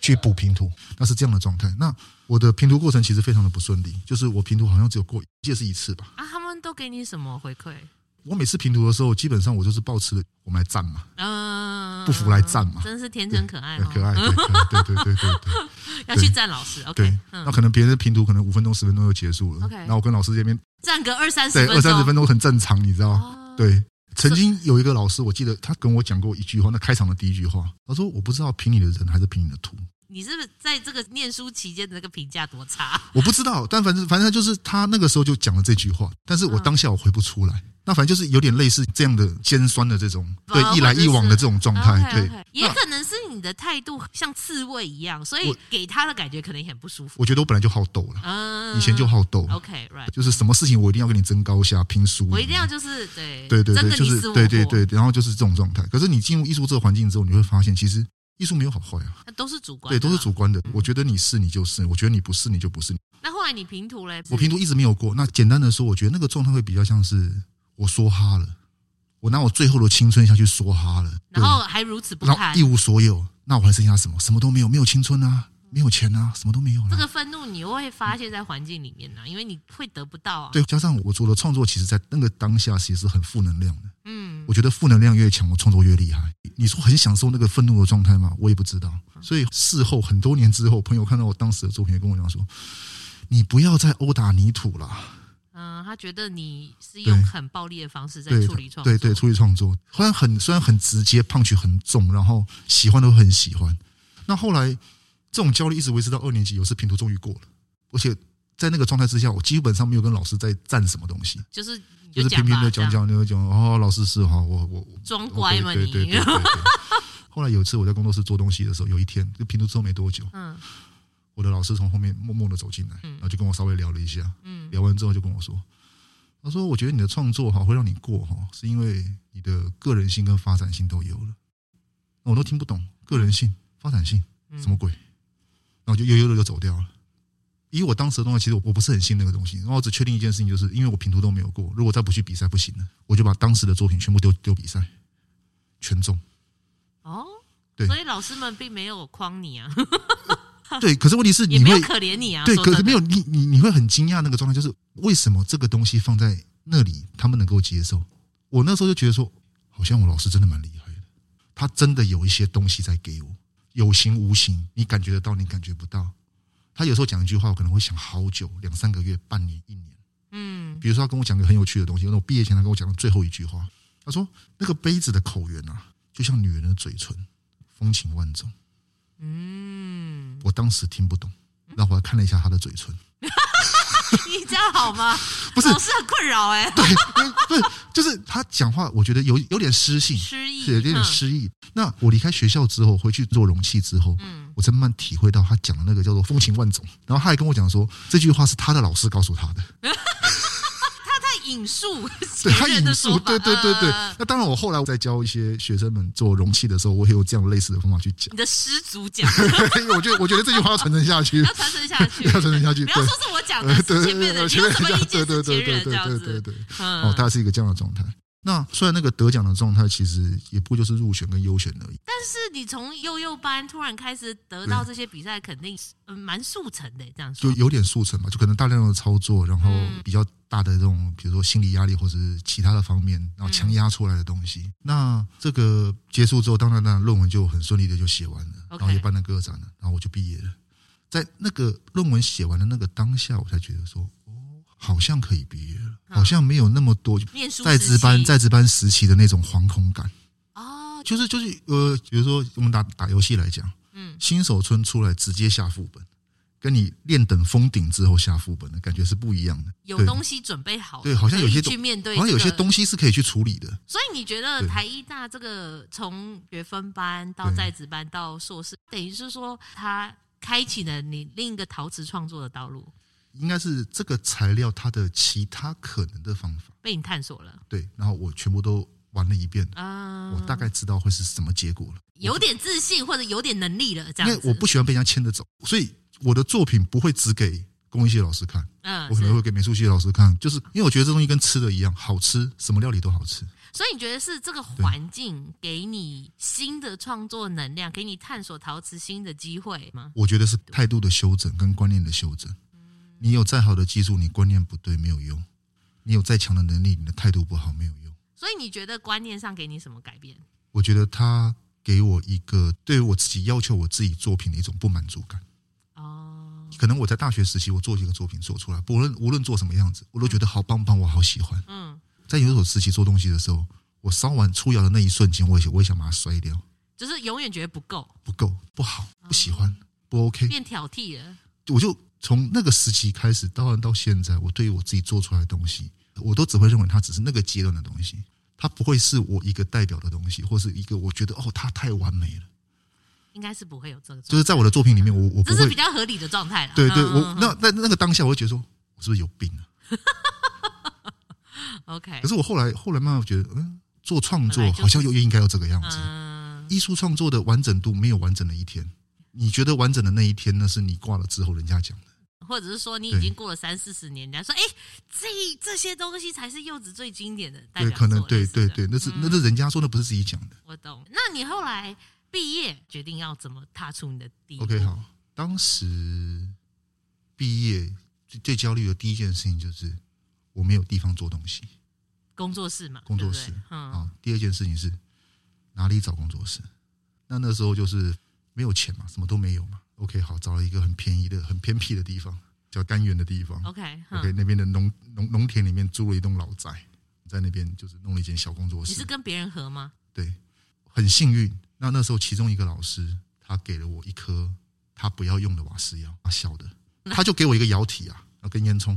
S1: 去补拼图，那是这样的状态。那我的拼图过程其实非常的不顺利，就是我拼图好像只有过，记得是一次吧。
S2: 啊，他们都给你什么回馈？
S1: 我每次拼图的时候，基本上我就是抱持了我们来战嘛，
S2: 嗯、
S1: 啊不服来战嘛，
S2: 真是天真可爱
S1: 对
S2: 哦，
S1: 可爱，对对对对对对对。
S2: 要去站老师。
S1: 对
S2: OK，，嗯
S1: 那，可能别人的拼图可能五分钟、十分钟就结束了。
S2: OK
S1: 然后我跟老师这边
S2: 站个二三十
S1: 对
S2: 分钟，
S1: 二三十分钟很正常，你知道？
S2: 哦
S1: 对，曾经有一个老师，我记得他跟我讲过一句话，那开场的第一句话，他说：“我不知道评你的人还是评你的图，
S2: 你是不是在这个念书期间的那个评价多差？
S1: 我不知道。”但反正反正他就是他那个时候就讲了这句话，但是
S2: 嗯
S1: 我当下我回不出来。那反正就是有点类似这样的尖酸的这种对
S2: 呃
S1: 一来一往的
S2: 或者是
S1: 这种状态，
S2: o k
S1: 对
S2: o k 也可能是你的态度像刺猬一样，所以
S1: 我
S2: 给他的感觉可能也很不舒服。
S1: 我觉得我本来就好斗了，
S2: 嗯，
S1: 以前就好斗，
S2: OK，right，、
S1: 就是什么事情我一定要跟你争高下、拼输赢，
S2: 我一定要就是对
S1: 对对
S2: 真
S1: 对，
S2: 的
S1: 就
S2: 你
S1: 是
S2: 死我
S1: 对对
S2: 活，
S1: 对，然后就是这种状态。可是你进入艺术这个环境之后，你会发现，其实艺术没有好坏啊，
S2: 那都是主观，嗯
S1: 对，都是。主观的。我觉得你是你就是，我觉得你不是你就不是。
S2: 那后来你平图嘞？
S1: 我平
S2: 图
S1: 图一直没有过。那简单的说，我觉得那个状态会比较像是我说哈了，我拿我最后的青春下去说哈了，对
S2: 然后还如此不
S1: 然
S2: 堪
S1: 后一，无所有，那我还剩下什么？什么都没有，没有青春啊，没有钱啊，什么都没有了。
S2: 这个愤怒你又会发泄在环境里面呢、因为你会得不到啊。
S1: 对，加上我做的创作，其实在那个当下其实是很负能量的。
S2: 嗯，
S1: 我觉得负能量越强，我创作越厉害。你说很享受那个愤怒的状态吗？我也不知道。
S2: 嗯
S1: 所以事后很多年之后，朋友看到我当时的作品，也跟我讲说：“你不要再殴打泥土啦。
S2: 嗯，他觉得你是用
S1: 对
S2: 很暴力的方式在
S1: 对
S2: 处理创作，
S1: 对对，处理创作，虽然很虽然很直接，胖曲很重，然后喜欢都很喜欢。那后来这种焦虑一直维持到二年级，有次评图终于过了，而且在那个状态之下，我基本上没有跟老师在战什么东西，
S2: 就是你
S1: 就是
S2: 讲
S1: 平平
S2: 吧
S1: 的
S2: 这
S1: 讲
S2: 样
S1: 讲讲讲，哦，老师是哈，我我我
S2: 装乖嘛
S1: 对
S2: 你
S1: 对对对对 对后来有一次我在工作室做东西的时候，有一天就评图之后没多久，
S2: 嗯
S1: 我的老师从后面默默的走进来，然后就跟我稍微聊了一下，
S2: 嗯
S1: 聊完之后就跟我说，他说我觉得你的创作哈会让你过哈，是因为你的个人性跟发展性都有了，那我都听不懂个人性、发展性
S2: 嗯
S1: 什么鬼，然后就悠悠的就走掉了。以我当时的东西，其实我我不是很信那个东西，然后我只确定一件事情，就是因为我评图都没有过，如果再不去比赛不行了，我就把当时的作品全部丢丢比赛，全中。
S2: 哦，
S1: 对
S2: 所以老师们并没有框你啊，
S1: 对，可是问题是
S2: 也
S1: 你
S2: 没有
S1: 会
S2: 可怜你啊，
S1: 对，
S2: 说
S1: 可是
S2: 真
S1: 没
S2: 的，
S1: 有你你你会很惊讶那个状态，就是为什么这个东西放在那里，他们能够接受？我那时候就觉得说，好像我老师真的蛮厉害的，他真的有一些东西在给我，有形无形，你感觉得到，你感觉不到。他有时候讲一句话，我可能会想好久，两三个月、半年、一年。
S2: 嗯
S1: 比如说，他跟我讲个很有趣的东西，那我毕业前他跟我讲的最后一句话，他说：“那个杯子的口缘啊，就像女人的嘴唇，风情万种。”
S2: 嗯，
S1: 我当时听不懂，然后我还看了一下他的嘴唇，
S2: 你这样好吗？
S1: 不是
S2: 老师很困扰哎，
S1: 对，不是，就是他讲话，我觉得有有点失信，
S2: 失忆，
S1: 是有点
S2: 嗯
S1: 失意。那我离开学校之后，回去做容器之后，
S2: 嗯
S1: 我才慢慢体会到他讲的那个叫做风情万种。然后他还跟我讲说，这句话是他的老师告诉他的，
S2: 在引述
S1: 对
S2: 前
S1: 他
S2: 人的
S1: 引
S2: 说
S1: 述，
S2: 法，
S1: 对对对对
S2: 呃。
S1: 那当然，我后来在教一些学生们做容器的时候，我也有这样类似的方法去讲
S2: 你，的师祖讲
S1: 因为我觉得我觉得这句话要传承下去
S2: 要，传承下去，
S1: 要传承下去，
S2: 不
S1: 对
S2: 要。说是我讲的，
S1: 呃，
S2: 是
S1: 对
S2: 前
S1: 对
S2: 面的，
S1: 对，
S2: 你
S1: 前
S2: 有
S1: 面
S2: 什么意见
S1: 对对
S2: 是前
S1: 对
S2: 人
S1: 对
S2: 这样
S1: 对对
S2: 子？
S1: 对。
S2: 嗯
S1: 哦，大概是一个这样的状态。那虽然那个得奖的状态其实也不过就是入选跟优选而已，
S2: 但是你从幼幼班突然开始得到这些比赛，肯定是嗯蛮速成的。这样
S1: 就
S2: 说，
S1: 有点速成嘛，就可能大量的操作，然后
S2: 嗯
S1: 比较大的这种，比如说心理压力或者是其他的方面，然后强压出来的东西。
S2: 嗯
S1: 那这个结束之后，当然，当然论文就很顺利的就写完了，
S2: OK
S1: 然后也办了个展了，然后我就毕业了。在那个论文写完的那个当下，我才觉得说，哦，好像可以毕业了，好像没有那么多
S2: 念书
S1: 在
S2: 时
S1: 职
S2: 啊期
S1: 班在职班时期的那种惶恐感。
S2: 哦，
S1: 就是就是呃，比如说我们打打游戏来讲，
S2: 嗯
S1: 新手村出来直接下副本，跟你练等封顶之后下副本的感觉是不一样的。
S2: 有
S1: 对
S2: 东西准备好了，
S1: 对好像有些
S2: 可以
S1: 东
S2: 去面对，
S1: 好像有些。东西是可以去处理的，
S2: 所以你觉得
S1: 对
S2: 台医大这个从学分班到
S1: 对
S2: 在职班到硕士，等于是说它开启了你另一个陶瓷创作的道路，
S1: 应该是这个材料它的其他可能的方法。
S2: 被你探索了。
S1: 对，然后我全部都玩了一遍，
S2: 嗯，
S1: 我大概知道会是什么结果了。
S2: 有点自信或者有点能力了，这
S1: 因
S2: 样
S1: 为
S2: 子。
S1: 我不喜欢被人家牵着走，所以我的作品不会只给工艺系的老师看，
S2: 嗯，
S1: 我可能
S2: 是
S1: 会给美术系的老师看，就是因为我觉得这东西跟吃的一样，好吃，什么料理都好吃。
S2: 所以你觉得是这个环境给你新的创作能量，给你探索陶瓷新的机会吗？
S1: 我觉得是态度的修整跟观念的修整。你有再好的技术，你观念不对没有用；你有再强的能力，你的态度不好没有用。
S2: 所以你觉得观念上给你什么改变？
S1: 我觉得他给我一个对于我自己要求我自己作品的一种不满足感。
S2: 哦，
S1: 可能我在大学时期，我做一个作品做出来，不论无论做什么样子，我都觉得好棒棒，我好喜欢。
S2: 嗯，
S1: 在有所时期做东西的时候，我烧完出窑的那一瞬间，我也我也想把它摔掉，
S2: 就是永远觉得不够，
S1: 不够，不好，不喜欢，不 OK。
S2: 变挑剔了。
S1: 我就从那个时期开始，当然到现在，我对于我自己做出来的东西，我都只会认为它只是那个阶段的东西，它不会是我一个代表的东西，或是一个我觉得哦，它太完美了。
S2: 应该是不会有这个
S1: 就
S2: 状态，
S1: 是在我的作品里面，我我不
S2: 这嗯是
S1: 会，
S2: 比较合理的状态了。
S1: 对对，
S2: 嗯
S1: 我那那那个当下，我会觉得说，我是不是有病啊？
S2: OK，
S1: 可是我后来后来慢慢觉得，嗯，做创
S2: 本来
S1: 作
S2: 就是
S1: 好像又又应该要这个样子。
S2: 嗯，
S1: 艺术创作的完整度没有完整的一天，你觉得完整的那一天，那是你挂了之后人家讲的。
S2: 或者是说你已
S1: 对
S2: 经过了三四十年，人家说哎，这这些东西才是柚子最经典的代
S1: 对，
S2: 表
S1: 可能
S2: 作
S1: 对
S2: 类似
S1: 对
S2: 的嗯
S1: 对，那是那是人家说，那不是自己讲的。
S2: 我懂。那你后来毕业决定要怎么踏出你的第一步
S1: OK，好，当时毕业最最焦虑的第一件事情就是我没有地方做东西
S2: 工作室嘛，
S1: 工作
S2: 对不对
S1: 室啊、
S2: 嗯，
S1: 第二件事情是哪里找工作室？那那时候就是没有钱嘛，什么都没有嘛。OK，好，找了一个很便宜的、很偏僻的地方，叫甘源的地方。
S2: OK，嗯
S1: OK，那边的农农农田里面租了一栋老宅，在那边就是弄了一间小工作
S2: 你
S1: 室
S2: 是。跟别人合吗？
S1: 对，很幸运。那那时候其中一个老师，他给了我一颗他不要用的瓦斯药，啊，小的，他就给我一个窑体啊，啊跟烟囱，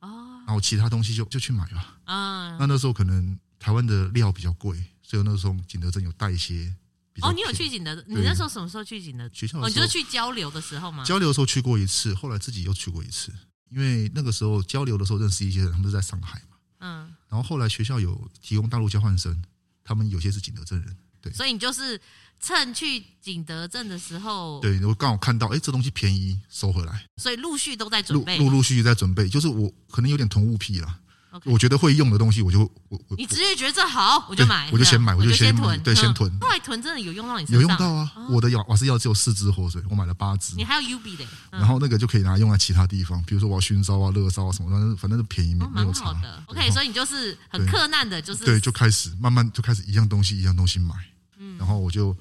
S2: 嗯哦，
S1: 然后其他东西就就去买吧。
S2: 嗯，
S1: 那那时候可能台湾的料比较贵，所以那时候景德镇有带一些比较
S2: 哦，
S1: 便宜。
S2: 你有去景德？你
S1: 对
S2: 那时候什么时候去景德？
S1: 学校
S2: 哦，
S1: 的
S2: 你
S1: 时
S2: 就
S1: 候
S2: 是去交流的时候吗？
S1: 交流的时候去过一次，后来自己又去过一次，因为那个时候交流的时候认识一些人，他们是在上海嘛，
S2: 嗯，
S1: 然后后来学校有提供大陆交换生，他们有些是景德镇人，对
S2: 所以你就是趁去景德镇的时候，，
S1: 对，我刚好看到，哎，这东西便宜，收回来，
S2: 所以陆续都在准
S1: 陆
S2: 备。
S1: 陆陆续续在准备，就是我可能有点囤物癖啦
S2: OK
S1: 我觉得会用的东西我就我我
S2: 你直接觉得这好，我就
S1: 对
S2: 买，
S1: 我就
S2: 这样
S1: 先买我
S2: 我
S1: 就先
S2: 先
S1: 买
S2: 囤，
S1: 对
S2: 嗯
S1: 先囤
S2: 后来囤真的有用到你身上，哦
S1: 有用到啊，我的瓦瓦斯药只有四支活水，我买了八支
S2: 你，还有 UB 的，嗯
S1: 然后那个就可以拿来用在其他地方，比如说我要熏烧啊、热烧啊什么，反正反正便宜没
S2: 哦，
S1: 没有
S2: 蛮
S1: 差
S2: 好的。
S1: 对
S2: OK，所以你就是很
S1: 对
S2: 克难的，就是
S1: 对，就开始慢慢就开始一样东西一样东西买，
S2: 嗯
S1: 然后我就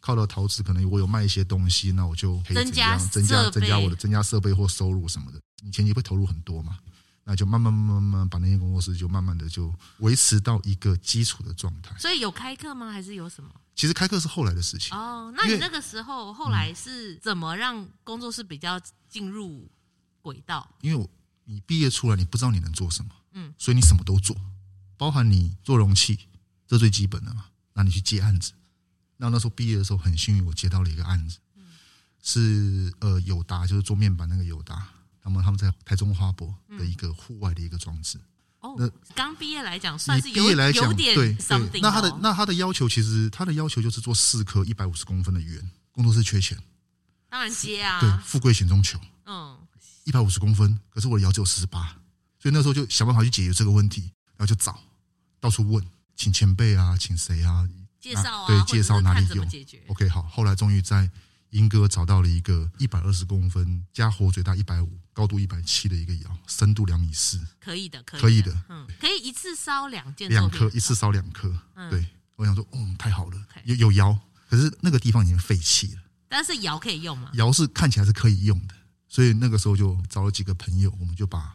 S1: 靠了陶瓷，可能我有卖一些东西，那我就可以
S2: 增
S1: 怎
S2: 加
S1: 样增加
S2: 设
S1: 增加
S2: 备
S1: 我的增加设备或收入什么的。你前期会投入很多嘛，那就慢慢慢慢慢慢把那些工作室就慢慢的就维持到一个基础的状态。
S2: 所以有开课吗？还是有什么？
S1: 其实开课是后来的事情，
S2: 哦，那你
S1: 因为
S2: 那个时候后来是怎么让工作室比较进入轨道？
S1: 因为我你毕业出来，你不知道你能做什么，
S2: 嗯
S1: 嗯，所以你什么都做，包含你做容器，这最基本的嘛。那你去接案子，那那时候毕业的时候很幸运，我接到了一个案子，
S2: 嗯
S1: 是呃友达，就是做面板那个友达，那么他们在台中花博的一个户外的一个装置。
S2: 哦
S1: 那，
S2: 刚毕业来讲算是
S1: 你
S2: 有
S1: 毕业来讲，
S2: 有
S1: 对
S2: 点
S1: 对
S2: something 哦。
S1: 那他的那他的要求其实他的要求就是做四颗一百五十公分的圆，工作室缺钱，
S2: 当然接
S1: 对，
S2: 啊，
S1: 富贵险中求。
S2: 嗯，
S1: 一百五十公分，可是我的腰只有四十八，所以那时候就想办法去解决这个问题，然后就找到处问，请前辈啊，请谁啊
S2: 介绍啊，
S1: 对
S2: 或者是
S1: 介绍哪里
S2: 看怎么
S1: 有
S2: 解决？
S1: ？OK，好，后来终于在英哥找到了一个一百二十公分加火嘴大一百五，高度一百七的一个窑，深度两米四，
S2: 可以的，可
S1: 可以
S2: 的
S1: 的，
S2: 嗯，可以一次烧两件作
S1: 两
S2: 品
S1: 颗一次烧两颗，
S2: 嗯
S1: 对我想说，嗯，太好了
S2: OK，
S1: 有有窑，可是那个地方已经废弃了，
S2: 但是窑可以用嘛？
S1: 窑是看起来是可以用的，所以那个时候就找了几个朋友，我们就把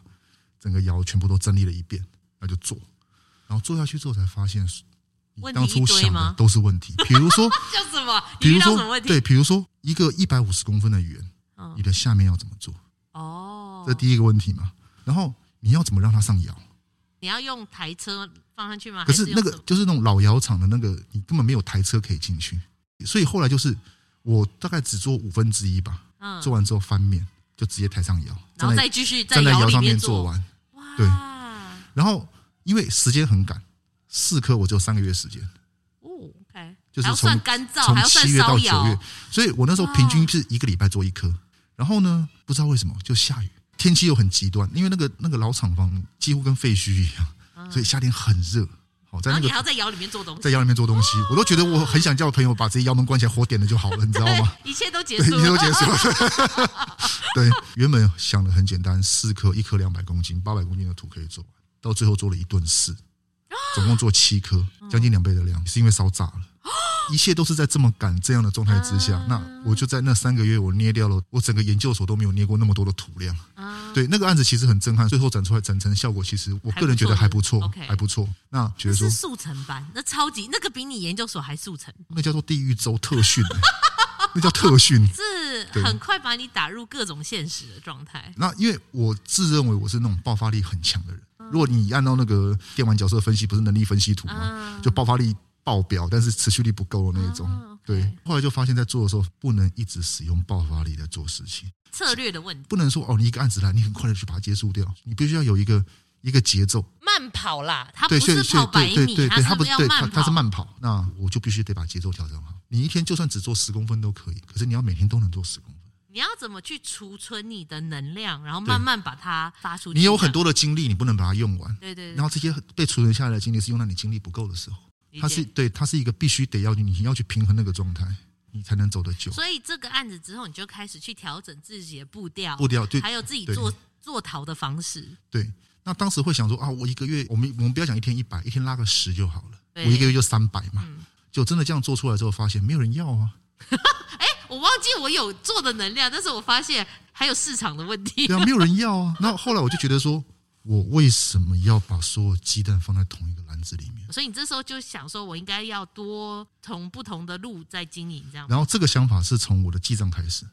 S1: 整个窑全部都整理了一遍，那就做。然后做下去之后才发现，你
S2: 问
S1: 当
S2: 题
S1: 初
S2: 一堆
S1: 想的
S2: 吗？
S1: 都是问题。比如 说，
S2: 叫什么？你
S1: 比
S2: 遇
S1: 如
S2: 到什么
S1: 说，
S2: 问题？
S1: 对，比如说一个一百五十公分的圆，
S2: 嗯
S1: 你的下面要怎么做？
S2: 哦，
S1: 这第一个问题嘛。然后你要怎么让它上窑？
S2: 你要用台车放上去吗？
S1: 可是
S2: 还
S1: 那
S2: 用
S1: 个
S2: 什么
S1: 就是那种老窑厂的那个，你根本没有台车可以进去。所以后来就是我大概只做五分之一吧，
S2: 嗯
S1: 做完之后翻面就直接抬上窑，
S2: 然后
S1: 站在
S2: 再继续在
S1: 站在
S2: 窑
S1: 窑
S2: 里
S1: 上面
S2: 面
S1: 做。完。对
S2: 哇，
S1: 然后因为时间很赶，四颗我只有三个月时间，
S2: 哦，OK，
S1: 就是
S2: 还要
S1: 从
S2: 算干燥，
S1: 从
S2: 还要算
S1: 七月
S2: 烧
S1: 到九
S2: 窑
S1: 月，，所以我那时候平均是一个礼拜做一颗。然后呢，不知道为什么就下雨，天气又很极端，因为那个那个老厂房几乎跟废墟一样，所以夏天很热。好，在
S2: 嗯然
S1: 那
S2: 后你还要
S1: 个
S2: 在窑里面做东西，
S1: 在窑里面做东西，我都觉得我很想叫朋友把这些窑门关起来，火点了就好了，你知道吗？
S2: 一切都结
S1: 对，
S2: 束
S1: 一切都
S2: 了。
S1: 结束了。 对，原本想的很简单，四颗，一颗两百公斤，八百公斤的土可以做完，到最后做了一吨四， 总共做七颗，将近两倍的量，是因为烧炸 了。一切都是在这么赶这样的状态之下，
S2: 啊
S1: 那我就在那三个月，我捏掉了，我整个研究所都没有捏过那么多的土量。
S2: 啊
S1: 对，那个案子其实很震撼，最后展出来展成效果，其实我个人觉得还不错
S2: 还不错，OK，
S1: 还不错。那觉
S2: 那
S1: 得说
S2: 是速成班，那超级那个比你研究所还速成，
S1: 那叫做地狱周特训、欸那叫特 训。
S2: 是
S1: 对
S2: 很快把你打入各种现实的状态。
S1: 那因为我自认为我是那种爆发力很强的人。
S2: 嗯
S1: 如果你按照那个电玩角色分析，不是能力分析图吗
S2: 嗯？
S1: 就爆发力爆表，但是持续力不够的那种
S2: 哦，OK。
S1: 对，后来就发现，在做的时候不能一直使用爆发力在做事情，
S2: 策略的问题，
S1: 不能说哦，你一个案子来，你很快的去把它结束掉，你必须要有一个一个节奏。
S4: 慢跑啦，
S2: 他啊不
S1: 对，所以
S2: 是
S1: 所以
S2: 跑百
S1: 对对
S2: 米，
S1: 对对，
S2: 他
S1: 他
S2: 是
S1: 不
S2: 要
S1: 对
S2: 慢
S1: 他
S2: 跑，
S1: 他是慢跑，那我就必须得把节奏调整好。你一天就算只做十公分都可以，可是你要每天都能做十公分。
S2: 你要怎么去储存你的能量，然后慢慢把它发出去？
S1: 你有很多的精力，你不能把它用完。
S2: 这样，对对
S1: 然
S2: 对，
S1: 后这些被储存下来的精力是用到你精力不够的时候，
S2: 理
S1: 它
S2: 解
S1: 是对，它是一个必须得要你要去平衡那个状态，你才能走得久。
S2: 所以这个案子之后，你就开始去调整自己的步调，
S1: 步调对
S2: 还有自己
S1: 对
S2: 做做陶的方式。
S1: 对，那当时会想说啊，我一个月，我们我们不要讲一天一百，一天拉个十就好了，我
S2: 对嗯
S1: 一个月就三百嘛。就真的这样做出来之后，发现没有人要啊，
S2: 哎，我忘记我有做的能量，但是我发现还有市场的问题。
S1: 对啊，没有人要啊。那后来我就觉得说，我为什么要把所有鸡蛋放在同一个篮子里面？
S2: 所以你这时候就想说，我应该要多从不同的路在经营，这样
S1: 然后这个想法是从我的记账开始，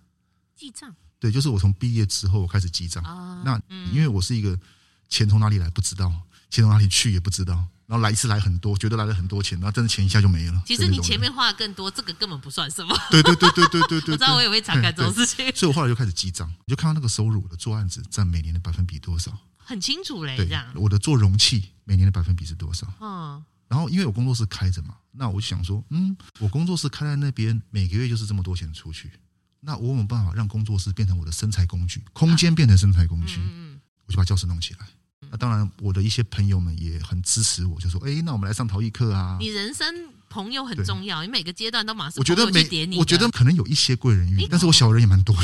S2: 记账。
S1: 对，就是我从毕业之后我开始记账。
S2: 啊，
S1: 那因为我是一个钱从哪里来不知道，钱从哪里去也不知道，然后来一次来很多，觉得来了很多钱，然后但是钱一下就没了。
S2: 其
S1: 的
S2: 实
S1: 那
S2: 你
S1: 种
S2: 前
S1: 人
S2: 面花的更多，这个根本不算什么。
S1: 对对对对对对对，
S2: 我知道我也会常干这种
S1: 对
S2: 事情，
S1: 所以我后来就开始记账，你就看到那个收入，我的做案子占每年的百分比多少，
S2: 很清楚嘞，
S1: 对
S2: 哎这样，，
S1: 我的做容器每年的百分比是多少。
S2: 嗯，
S1: 然后因为我工作室开着嘛，那我就想说，嗯，我工作室开在那边，每个月就是这么多钱出去，那我有没有办法让工作室变成我的生财工具，空间变成生财工具，
S2: 嗯
S1: 我就把教室弄起来。那当然，我的一些朋友们也很支持我，就说，哎，那我们来上陶艺课啊
S2: 你。人生朋友很
S1: 对
S2: 重要，你每个阶段都马上
S1: 我觉得
S2: 朋友去点
S1: 每，
S2: 你。啊
S1: 我觉得。可能有一些贵人
S2: 你
S1: 运，但是我小人也蛮多的。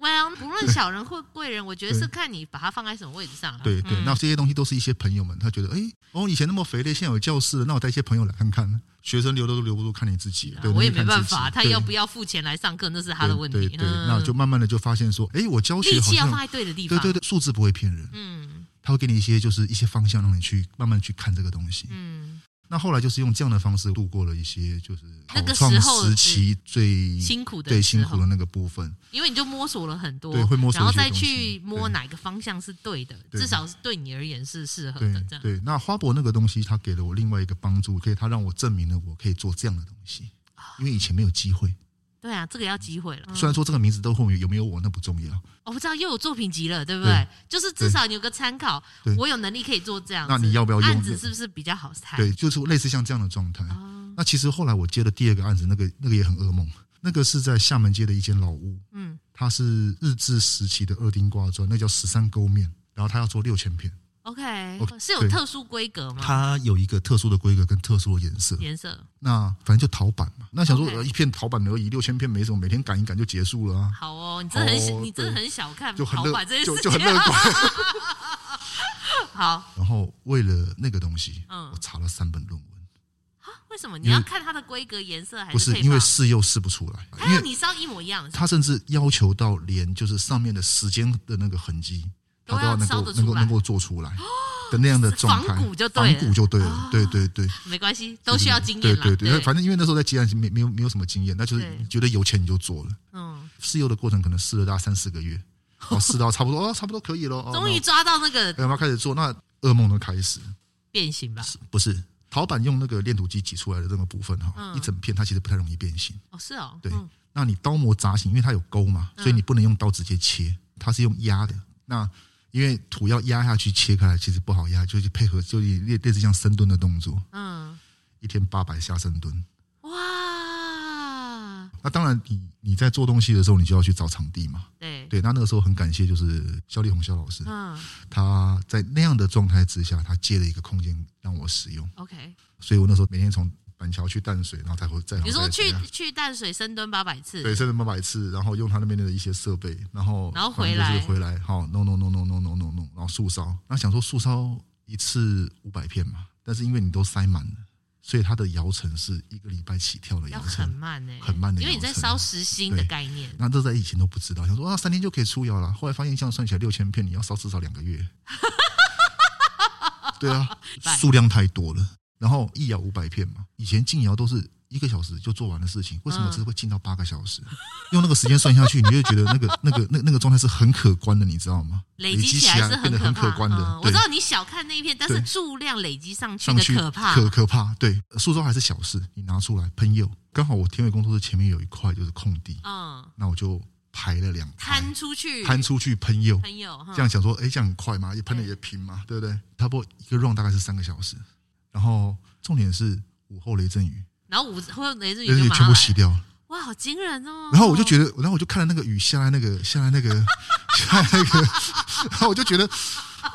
S2: Well，不论小人或贵人，我觉得
S1: 对
S2: 是看你把它放在什么位置上啊。
S1: 对对，那这些东西都是一些朋友们，他觉得，哎，哦，以前那么肥累，现在有教室了，那我带一些朋友来看看。学生留都留不住，看你自己。
S2: 啊
S1: 对，
S2: 我也
S1: 那
S2: 没
S1: 就看
S2: 办
S1: 自己
S2: 法，他
S1: 对
S2: 要不要付钱来上课，那是他的
S1: 对
S2: 问
S1: 对
S2: 题。
S1: 对，
S2: 嗯
S1: 那就慢慢的就发现说，哎，我教学
S2: 力
S1: 好
S2: 气要放
S1: 像
S2: 在对的地
S1: 对
S2: 方。
S1: 对对，数字不会骗人，
S2: 嗯
S1: 他会给你一些就是一些方向，让你去慢慢去看这个东西。
S2: 嗯，
S1: 那后来就是用这样的方式度过了一些就是
S2: 那
S1: 考
S2: 个
S1: 创
S2: 时候
S1: 时期最
S2: 辛苦的
S1: 嗯对
S2: 时
S1: 辛苦
S2: 候
S1: 的那个部分。
S2: 因为你就摸索了很多，
S1: 对会摸索
S2: 然后
S1: 一些
S2: 再
S1: 东西
S2: 去摸
S1: 对
S2: 哪个方向是对的，
S1: 对
S2: 至少是对你而言是适合
S1: 对
S2: 嗯的。这样
S1: 对，那花博那个东西，它给了我另外一个帮助，可以它让我证明了我可以做这样的东西，因为以前没有机会。
S2: 对啊，这个要机会了。哦
S1: 虽然说这个名字都后面有没有我那不重要，
S2: 我不知道又有作品集了，对不对？就是至少你有个参考
S1: 对，
S2: 我有能力可以做这样子。
S1: 那你要不要用
S2: 案子是不是比较好谈？
S1: 对，就是类似像这样的状态。
S2: 啊，
S1: 那其实后来我接的第二个案子，那个那个也很噩梦，那个是在厦门街的一间老屋，
S2: 嗯，
S1: 它是日治时期的二丁挂砖，那叫十三勾面，然后它要做六千片，
S2: OK，
S1: OK，
S2: 是有
S1: 对
S2: 特殊规格吗？
S1: 它有一个特殊的规格跟特殊的颜色，
S2: 颜色
S1: 那反正就陶板嘛，那想说
S2: OK
S1: 呃一片陶板而已，六千片没什么，每天赶一赶就结束了啊，
S2: 好哦，你真的很小，
S1: 哦
S2: 你真的
S1: 对
S2: 很小看
S1: 就很
S2: 陶
S1: 乐
S2: 板这件
S1: 就
S2: 事
S1: 就很
S2: 情。啊
S1: 乐观。
S2: 好，
S1: 然后为了那个东西，
S2: 嗯
S1: 我查了三本论文，
S2: 为什么你
S1: 因为
S2: 要看它的规格、颜色还
S1: 不是
S2: 配
S1: 因为
S2: 方？
S1: 试又试不出来，
S2: 它
S1: 因
S2: 要
S1: 为
S2: 你烧一模一样，
S1: 他甚至要求到连就是上面的时间的那个痕迹，
S2: 都
S1: 他
S2: 要
S1: 都要能
S2: 烧
S1: 够
S2: 得
S1: 能
S2: 出
S1: 够
S2: 来
S1: 能够做出来的那样的状态，
S2: 仿古就对了
S1: 仿古就对了，对对对，
S2: 没关系，都需要经验
S1: 嗯对对
S2: 啦。
S1: 对，反正因为那时候在接案，没没有没有什么经验，那就是
S2: 对
S1: 你觉得有钱你就做了。
S2: 嗯，
S1: 试用的过程可能试了大概三四个 月，哦，试到差不多哦，差不多可以了，哦
S2: 终于抓到那个
S1: 那我们要开始做，那噩梦都开始，
S2: 变形吧？
S1: 不是。陶板用那个炼土机挤出来的那个部分哈，
S2: 嗯
S1: 一整片它其实不太容易变形。
S2: 哦，是哦，
S1: 对
S2: 嗯
S1: 那你刀模砸型，因为它有钩嘛，所以你不能用刀直接切，它是用压的。那因为土要压下去切开来，其实不好压，就是配合就是类类似像深蹲的动作，
S2: 嗯，
S1: 一天八百下深蹲。
S2: 哇，
S1: 那当然你，你在做东西的时候，你就要去找场地嘛。
S2: 对，
S1: 对，那那个时候很感谢就是肖丽红肖老师，
S2: 嗯
S1: 他在那样的状态之下，他借了一个空间让我使用，
S2: ，OK。
S1: 所以我那时候每天从板桥去淡水，然后才回再
S2: 比如说
S1: 再
S2: 去
S1: 回来
S2: 去淡水深蹲八百次，
S1: 啊对，甚至八百次，然后用他那边的一些设备，然后
S2: 然后
S1: 反正
S2: 回来
S1: 就是回来，好，no no no no no no no no，然后速烧，那想说速烧一次五百片嘛，但是因为你都塞满了，所以它的疗程是一个礼拜起跳的
S2: 要
S1: 疗
S2: 很
S1: 程。
S2: 慢呢、
S1: 很慢的
S2: 因为你在
S1: 疗程
S2: 烧实心的
S1: 对
S2: 概念，
S1: 那这在以前都不知道，想说啊三天就可以出窑了，后来发现这样算起来六千片，你要烧至少两个 月。对啊
S2: 拜，
S1: 数量太多了，然后一窑五百片嘛，以前进窑都是一个小时就做完的事情，为什么
S2: 嗯
S1: 这会进到八个小时？用那个时间算下去，你就会觉得那 个那个那那个状态是很可观的，你知道吗？
S2: 累
S1: 积
S2: 积
S1: 起
S2: 来是
S1: 变得
S2: 可
S1: 很
S2: 怕。
S1: 可观的，
S2: 嗯我
S1: 对
S2: 知道你小看那一片，但是
S1: 对
S2: 数量累积上去
S1: 上
S2: 的
S1: 去
S2: 可怕。
S1: 可可怕。对，苏州还是小事，你拿出来喷釉，刚好我天伟工作室前面有一块就是空地，
S2: 嗯，
S1: 那我就排了两排
S2: 摊出去，
S1: 摊出去喷釉，
S2: 朋友，嗯
S1: 这
S2: 哼
S1: 样想说，哎，这样很快嘛，也喷的也平嘛，对不对？差不多一个 round 大概是三个小时，然后重点是午后雷阵雨，
S2: 然后五或雷阵雨
S1: 雷阵
S2: 就
S1: 雨
S2: 马
S1: 全
S2: 上
S1: 部
S2: 来
S1: 洗掉了，
S2: 哇，好惊人哦！
S1: 然后我就觉得，然后我就看了那个雨下来，那个下来那个 下来那个， 然后我就觉得，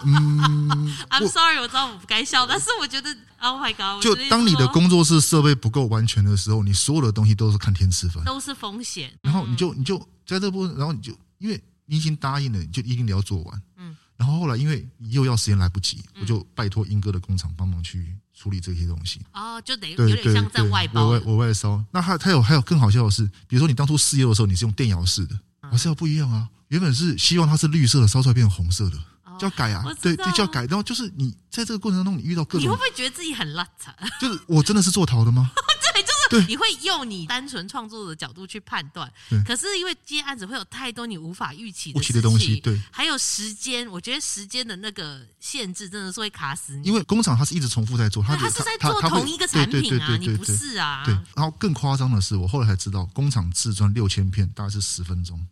S2: I'm sorry，我知道我不该笑，但是我觉得 Oh my God，
S1: 就
S2: 我真
S1: 当你的
S2: 说
S1: 工作室设备不够完全的时候，你所有的东西都是看天吃饭，
S2: 都是风险，
S1: 然后你就你就在这部分，然后你就因为你已经答应了，你就一定你要做完，
S2: 嗯
S1: 嗯。然后后来因为你又要时间来不及，我就拜托英哥的工厂帮忙去处理这些东西。
S2: 哦，就等于有
S1: 对
S2: 点
S1: 对
S2: 像在
S1: 对，
S2: 外
S1: 我
S2: 包
S1: 外
S2: 的，
S1: 我外烧。那还还有还有更好笑的是，比如说你当初试釉的时候，你是用电窑式的，
S2: 嗯
S1: 我是要不一样啊。原本是希望它是绿色的，烧出来变成红色的，
S2: 哦
S1: 就要改啊
S2: 我知，
S1: 对，
S2: 道
S1: 对，就要改。然后就是你在这个过程当中，你遇到各
S2: 你会
S1: 种
S2: 不，会觉得自己很邋遢？
S1: 就是我真的是做陶的吗？
S2: 对，就是
S1: 对
S2: 你会用你单纯创作的角度去判断
S1: 对。
S2: 可是因为接案子会有太多你无法预期
S1: 无
S2: 的
S1: 期的东
S2: 事
S1: 西，
S2: 情，
S1: 对，
S2: 还有时间，我觉得时间的那个限制真的是会卡死你。
S1: 因为工厂它是一直重复在做，它
S2: 对
S1: 觉
S2: 他
S1: 得
S2: 是在
S1: 它
S2: 做
S1: 它它会
S2: 同一个产
S1: 对对
S2: 品啊，
S1: 对
S2: 你
S1: 对
S2: 不
S1: 对对
S2: 是啊？
S1: 对，然后更夸张的是，我后来才知道，工厂制砖六千片，大概是十分钟，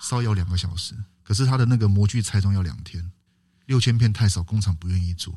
S1: 烧要两个小时，可是它的那个模具拆装要两天，六千片太少，工厂不愿意做，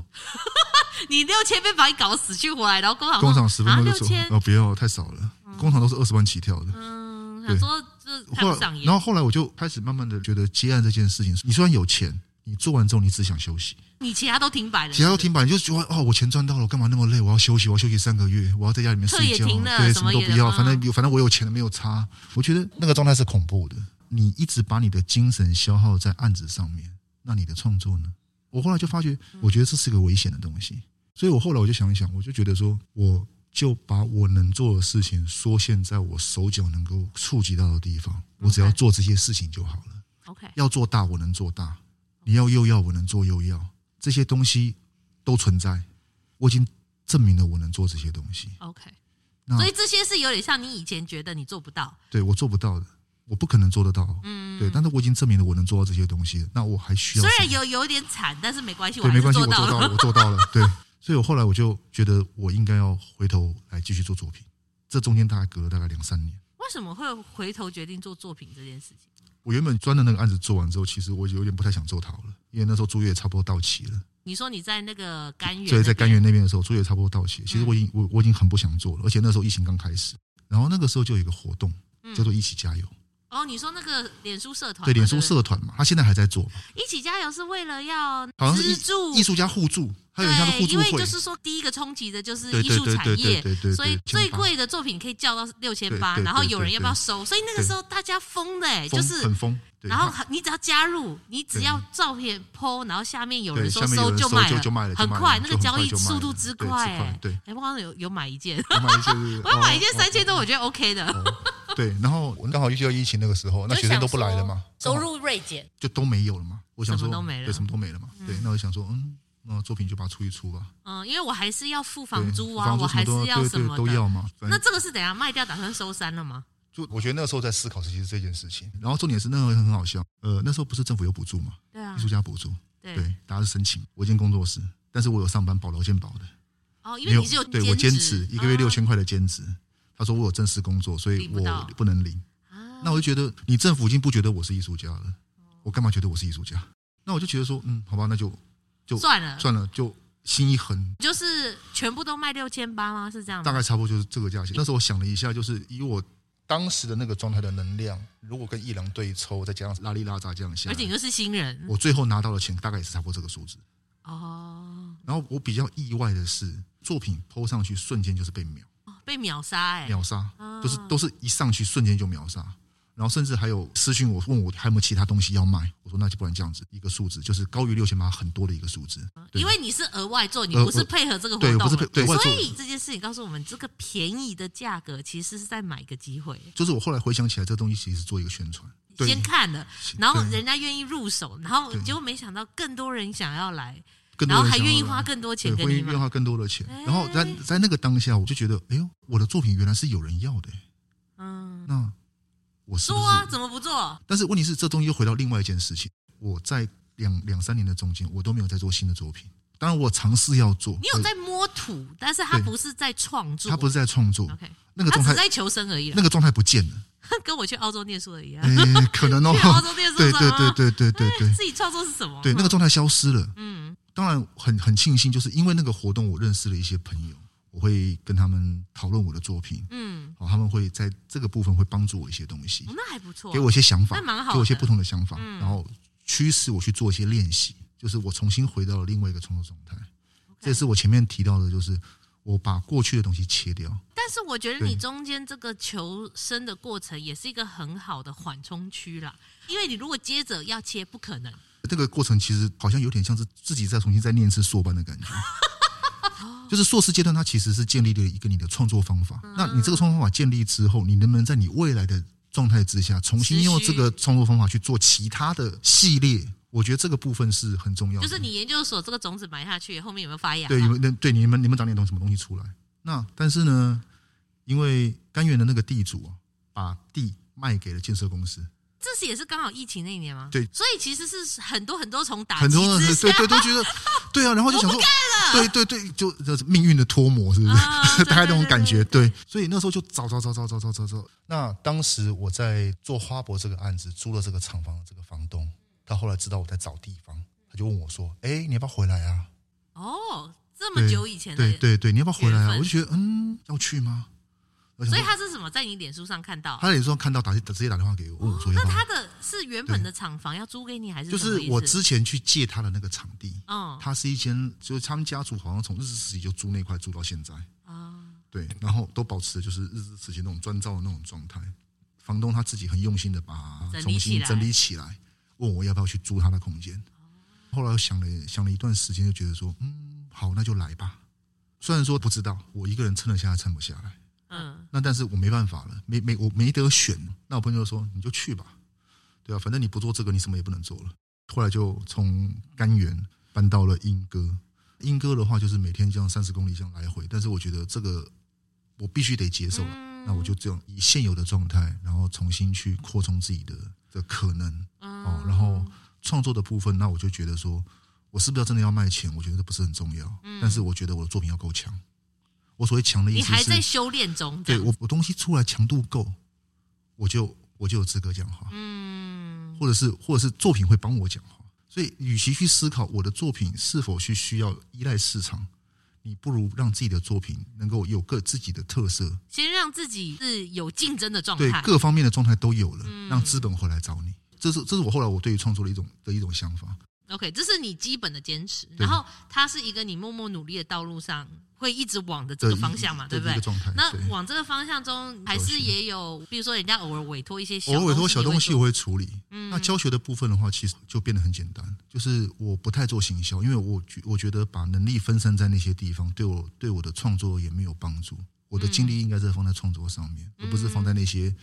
S2: 你六千被把你搞死去活来，然后工厂说
S1: 工厂十分钟
S2: 啊
S1: 就
S2: 六
S1: 做，
S2: 千，哦
S1: 哦，不要太少了，工厂都是二十万起跳的。
S2: 嗯，想
S1: 对
S2: 说这看
S1: 后
S2: 不
S1: 来
S2: 上，眼
S1: 然。后后来我就开始慢慢的觉得接案这件事情，你虽然有钱，你做完之后你只想休息，
S2: 你其他都停摆了，
S1: 其他都停摆，你就觉得哦，我钱赚到了，我干嘛那么累？我要休息，我要休息三个月，我要在家里面
S2: 课
S1: 睡
S2: 也
S1: 觉，
S2: 停了
S1: 对，
S2: 什
S1: 什
S2: 么
S1: 么都
S2: 也
S1: 不要，
S2: 嗯
S1: 反正反正我有钱了没有差。我觉得那个状态是恐怖的，你一直把你的精神消耗在案子上面，那你的创作呢？我后来就发觉，我觉得这是个危险的东西，所以我后来我就想一想，我就觉得说，我就把我能做的事情缩限在我手脚能够触及到的地方，我只要
S2: OK
S1: 做这些事情就好了。
S2: OK，
S1: 要做大，我能做大；你要又要，我能做又要。这些东西都存在，我已经证明了我能做这些东西。
S2: OK，
S1: 那
S2: 所以这些是有点像你以前觉得你做不到，
S1: 对我做不到的，我不可能做得到。
S2: 嗯，
S1: 对，但是我已经证明了我能做到这些东西了，那我还需要
S2: 虽
S1: 什
S2: 然
S1: 么
S2: 有有点惨，但是没关系，我
S1: 对，
S2: 还
S1: 没
S2: 是
S1: 关系，我
S2: 做
S1: 做
S2: 到
S1: 到
S2: 了。
S1: 了，我做 到了。对，所以我后来我就觉得我应该要回头来继续做作品。这中间大概隔了大概两三年。
S2: 为什么会回头决定做作品这件事情？
S1: 我原本专的那个案子做完之后，其实我有点不太想做陶了，因为那时候租约也差不多到期了。
S2: 你说你在那个甘源那边，嗯
S1: 所以在甘源那边的时候，租也差不多到期。其实我已经我我已经很不想做了，而且那时候疫情刚开始，然后那个时候就有一个活动
S2: 嗯
S1: 叫做“一起加油
S2: 哦，你说那个脸书社”，团嘛，
S1: 对，脸书
S2: 不
S1: 社团嘛，他现在还在做嘛，
S2: 一起加油是为了要
S1: 好像是
S2: 资助
S1: 艺术家互助，还有一项是
S2: 对，
S1: 互助
S2: 因为
S1: 会
S2: 就，是说，第一个冲击的就是
S1: 对
S2: 艺
S1: 对
S2: 术
S1: 对
S2: 产
S1: 对
S2: 业
S1: 对，对对，
S2: 所以
S1: 千
S2: 最
S1: 八
S2: 贵的作品可以叫到六千八，
S1: 对对
S2: 然后
S1: 对
S2: 有人
S1: 对
S2: 要不要收？所以那个时候大家疯的、欸，就
S1: 疯
S2: 是
S1: 很疯，对
S2: 然后
S1: 他
S2: 很你只要加入，你只要照片 PO，然后下面有人
S1: 对
S2: 说
S1: 下面有
S2: 收
S1: 人
S2: 就
S1: 收
S2: 卖
S1: 就就卖了就
S2: 很
S1: 卖了
S2: 快，
S1: 就
S2: 那个
S1: 很
S2: 交
S1: 快
S2: 易
S1: 就卖
S2: 速
S1: 了
S2: 度之
S1: 对之
S2: 快、欸
S1: 快，对
S2: 哎，我好像有有买一件，
S1: 我买一件，
S2: 我要买一件
S1: 哦
S2: 三千多，
S1: 哦
S2: 我觉得 OK 的。
S1: 哦哦对，然后我刚好遇到疫情那个时候，那
S4: 就
S1: 学生
S4: 想
S1: 都不来了哦嘛，
S4: 收
S1: 刚好
S4: 入锐减，
S1: 就都没有了嘛。我想
S2: 什么
S1: 说
S2: 都没了
S1: 对，什么都没了嘛。对，那我想说，嗯，那作品就把它出一出吧。
S2: 嗯，因为我还是要付
S1: 对
S2: 房租啊，
S1: 房租
S2: 我
S1: 什么
S2: 还
S1: 都
S2: 是什
S1: 对
S2: 么
S1: 对都
S2: 的。
S1: 要嗯嘛。反
S2: 那
S1: 正
S2: 这个是等一下卖掉，打算收山了吗？
S1: 就我觉得那个时候在思考其实这件事情，然后重点是那个很好笑，呃，那时候不是政府有补助嘛，
S2: 对啊
S1: 艺术，家补助，
S2: 对。
S1: 对，大家是申请。我一间工作室，但是我有上班保劳健保的，
S2: 哦，因
S1: 没
S2: 为
S1: 有
S2: 你是有
S1: 对我兼职一个月
S2: 啊
S1: 六千块的兼职。他说我有正式工作，所以
S2: 领不到
S1: 我不能领。
S2: 啊
S1: 那我就觉得你政府已经不觉得我是艺术家了，我干嘛觉得我是艺术家？那我就觉得说，嗯，好吧，那就就
S2: 算了，
S1: 算了，就心一横，
S2: 就是全部都卖六千八吗？是这样
S1: 大
S2: 吗？
S1: 概差不多就是这个价钱。那时候我想了一下，就是以我当时的那个状态的能量，如果跟一郎对抽，再加上拉力拉扎这样下
S2: 而且你
S1: 来，
S2: 又是新人
S1: 我最后拿到的钱大概也是差不多这个数字。
S2: 哦，
S1: 然后我比较意外的是，作品抛上去瞬间就是被秒
S2: 被秒杀哎、
S1: 秒杀
S2: 啊，
S1: 就是都是一上去瞬间就秒杀。然后甚至还有私讯我问我还有没有其他东西要卖，我说那就不然这样子，一个数字就是高于六千八很多的一个数字，对
S2: 因为你是额外做，你
S1: 呃
S2: 不是
S1: 我
S2: 配合这个活
S1: 对
S2: 动
S1: 我
S2: 嘛，
S1: 不是配对
S2: 所
S1: 我也
S2: 以
S1: 做
S2: 这件事情告诉我们，这个便宜的价格其实是在买一个机会，
S1: 就是我后来回想起来，这东西其实是做一个宣传，对
S2: 先看了，然后
S1: 对
S2: 人家愿意入手，然后
S1: 对
S2: 结果没想到更多人想要来，
S1: 更多
S2: 然后
S1: 人
S2: 还
S1: 想
S2: 愿
S1: 要
S2: 意
S1: 来
S2: 花更多钱
S1: 对，
S2: 给
S1: 会
S2: 你
S1: 愿意
S2: 买。
S1: 花更多的钱
S2: 哎。
S1: 然后在在那个当下，我就觉得，哎呦，我的作品原来是有人要的、
S2: 嗯，
S1: 那我是不
S2: 做
S1: 是？
S2: 啊，怎么不做？
S1: 但是问题是，这东西又回到另外一件事情。我在两两三年的中间，我都没有在做新的作品。当然，我尝试要做。
S2: 你有
S1: 可
S2: 在摸土，但是他
S1: 对
S2: 不是在创作，
S1: 他不是在创作，
S2: OK，
S1: 那个
S2: 他
S1: 状
S2: 只是
S1: 态，
S2: 在求生而已啦
S1: 那，个状态不见 了。
S2: 跟我去澳洲念书啊的一样
S1: 哎。，可 能哦
S2: 去澳洲念。书
S1: 对
S2: 是
S1: 对
S2: 吗
S1: 对对对对对
S2: 自己创作是什么？
S1: 对，那个状态消失了。
S2: 嗯，
S1: 当然很很庆幸，就是因为那个活动，我认识了一些朋友，我会跟他们讨论我的作品。
S2: 嗯，
S1: 哦，他们会在这个部分会帮助我一些东西
S2: 哦，那还不错啊，
S1: 给我一些想法
S2: 那蛮好，的嗯
S1: 给我一些不同的想法，然后驱使我去做一些练习，就是我重新回到了另外一个创作状态。这也是我前面提到的，就是我把过去的东西切掉，
S2: 但是我觉得你
S1: 对
S2: 中间这个求生的过程也是一个很好的缓冲区啦，因为你如果接着要切，不可能。
S1: 这个过程其实好像有点像是自己再重新再念一次硕班的 感觉。就是硕士阶段，它其实是建立了一个你的创作方
S2: 嗯
S1: 法。那你这个创作方法建立之后，你能不能在你未来的状态之下，重新用
S2: 持续
S1: 这个创作方法去做其他的系列？我觉得这个部分是很重要的。
S2: 就是你研啊究所这个种子埋下去，后面有没有发芽？
S1: 对，你们对你们你们长点东什么东西出来？那但是呢，因为甘源的那个地主啊，把地卖给了建设公司，
S2: 这是也是刚好疫情那一年吗？
S1: 对
S2: 所以其实是很多很多重打
S1: 很
S2: 击
S1: 多人
S2: 之下
S1: 对，对都觉得， 对啊，然后就想说，对对对，就就是命运的脱模，是不是？
S2: 啊对
S1: 大概那种
S2: 对
S1: 感觉，
S2: 对
S1: 对。所以那时候就找找找找找找找找。那当时我在做花博这个案子，租了这个厂房的这个房东，他后来知道我在找地方，他就问我说：“哎，你要不要回来啊？”
S2: 哦，这么
S1: 对
S2: 久以前的
S1: 对，对对，你要不要回来
S2: 缘
S1: 啊？
S2: 分
S1: 我就觉得，嗯，要去吗？我想
S2: 所以
S1: 说
S2: 他是什么在你脸书上看到？
S1: 他也说看到打直接打电话给我，问我说要
S2: 那
S1: 不要
S2: 他的是原本的厂房要租给你还是
S1: 就
S2: 什么
S1: 是
S2: 意思？
S1: 我之前去借他的那个场地，
S2: 嗯
S1: 他是一间，就是他们家族好像从日治时期就租那块住到现在，
S2: 啊
S1: 对，然后都保持的就是日治时期那种砖造的那种状态。房东他自己很用心的把
S2: 整理
S1: 重
S2: 起
S1: 新
S2: 来哦
S1: 整理起来，问我要不要去租他的空间。后来我想了想了一段时间，就觉得说，嗯，好，那就来吧。虽然说不知道我一个人撑得下来撑不下来，
S2: 嗯
S1: 那但是我没办法了，没没我没得选。那我朋友就说你就去吧，对啊，反正你不做这个，你什么也不能做了。后来就从甘源搬到了莺歌，莺歌的话就是每天这样三十公里这样来回，但是我觉得这个我必须得接受了。那我就这样以现有的状态，然后重新去扩充自己的的可能哦，
S2: 嗯
S1: 然后创作的部分，那我就觉得说，我是不是要真的要卖钱？我觉得这不是很重要，但是我觉得我的作品要够强。我所谓强的意
S2: 嗯你
S1: 思是，
S2: 还在修炼中，
S1: 对
S2: 这样
S1: 我我东西出来强度够，我就我就有资格讲话，
S2: 嗯
S1: 或者是或者是作品会帮我讲话。所以，与其去思考我的作品是否去需要依赖市场，你不如让自己的作品能够有个自己的特色，
S2: 先让自己是有竞争的状
S1: 对
S2: 态，嗯
S1: 各方面的状态都有了，让资本回来找你。这是这是我后来我对于创作的一种的一种想法。
S2: OK，这是你基本的坚持，然后它是一个你默默努力的道路上会一直往的这
S1: 的
S2: 个
S1: 一
S2: 方向嘛，
S1: 的
S2: 对不对
S1: 一个？状态，
S2: 那
S1: 对
S2: 往这个方向中，还是也有，比如说人家偶尔委托一些小
S1: 偶尔委托
S2: 东西
S1: 小东西
S2: 你会做嗯
S1: 我会处理。那教学的部分的话，其实就变得很简单，就是我不太做行销，因为我觉我觉得把能力分散在那些地方，对我对我的创作也没有帮助。我的精力应该是放在创作上面，
S2: 嗯
S1: 而不是放在那些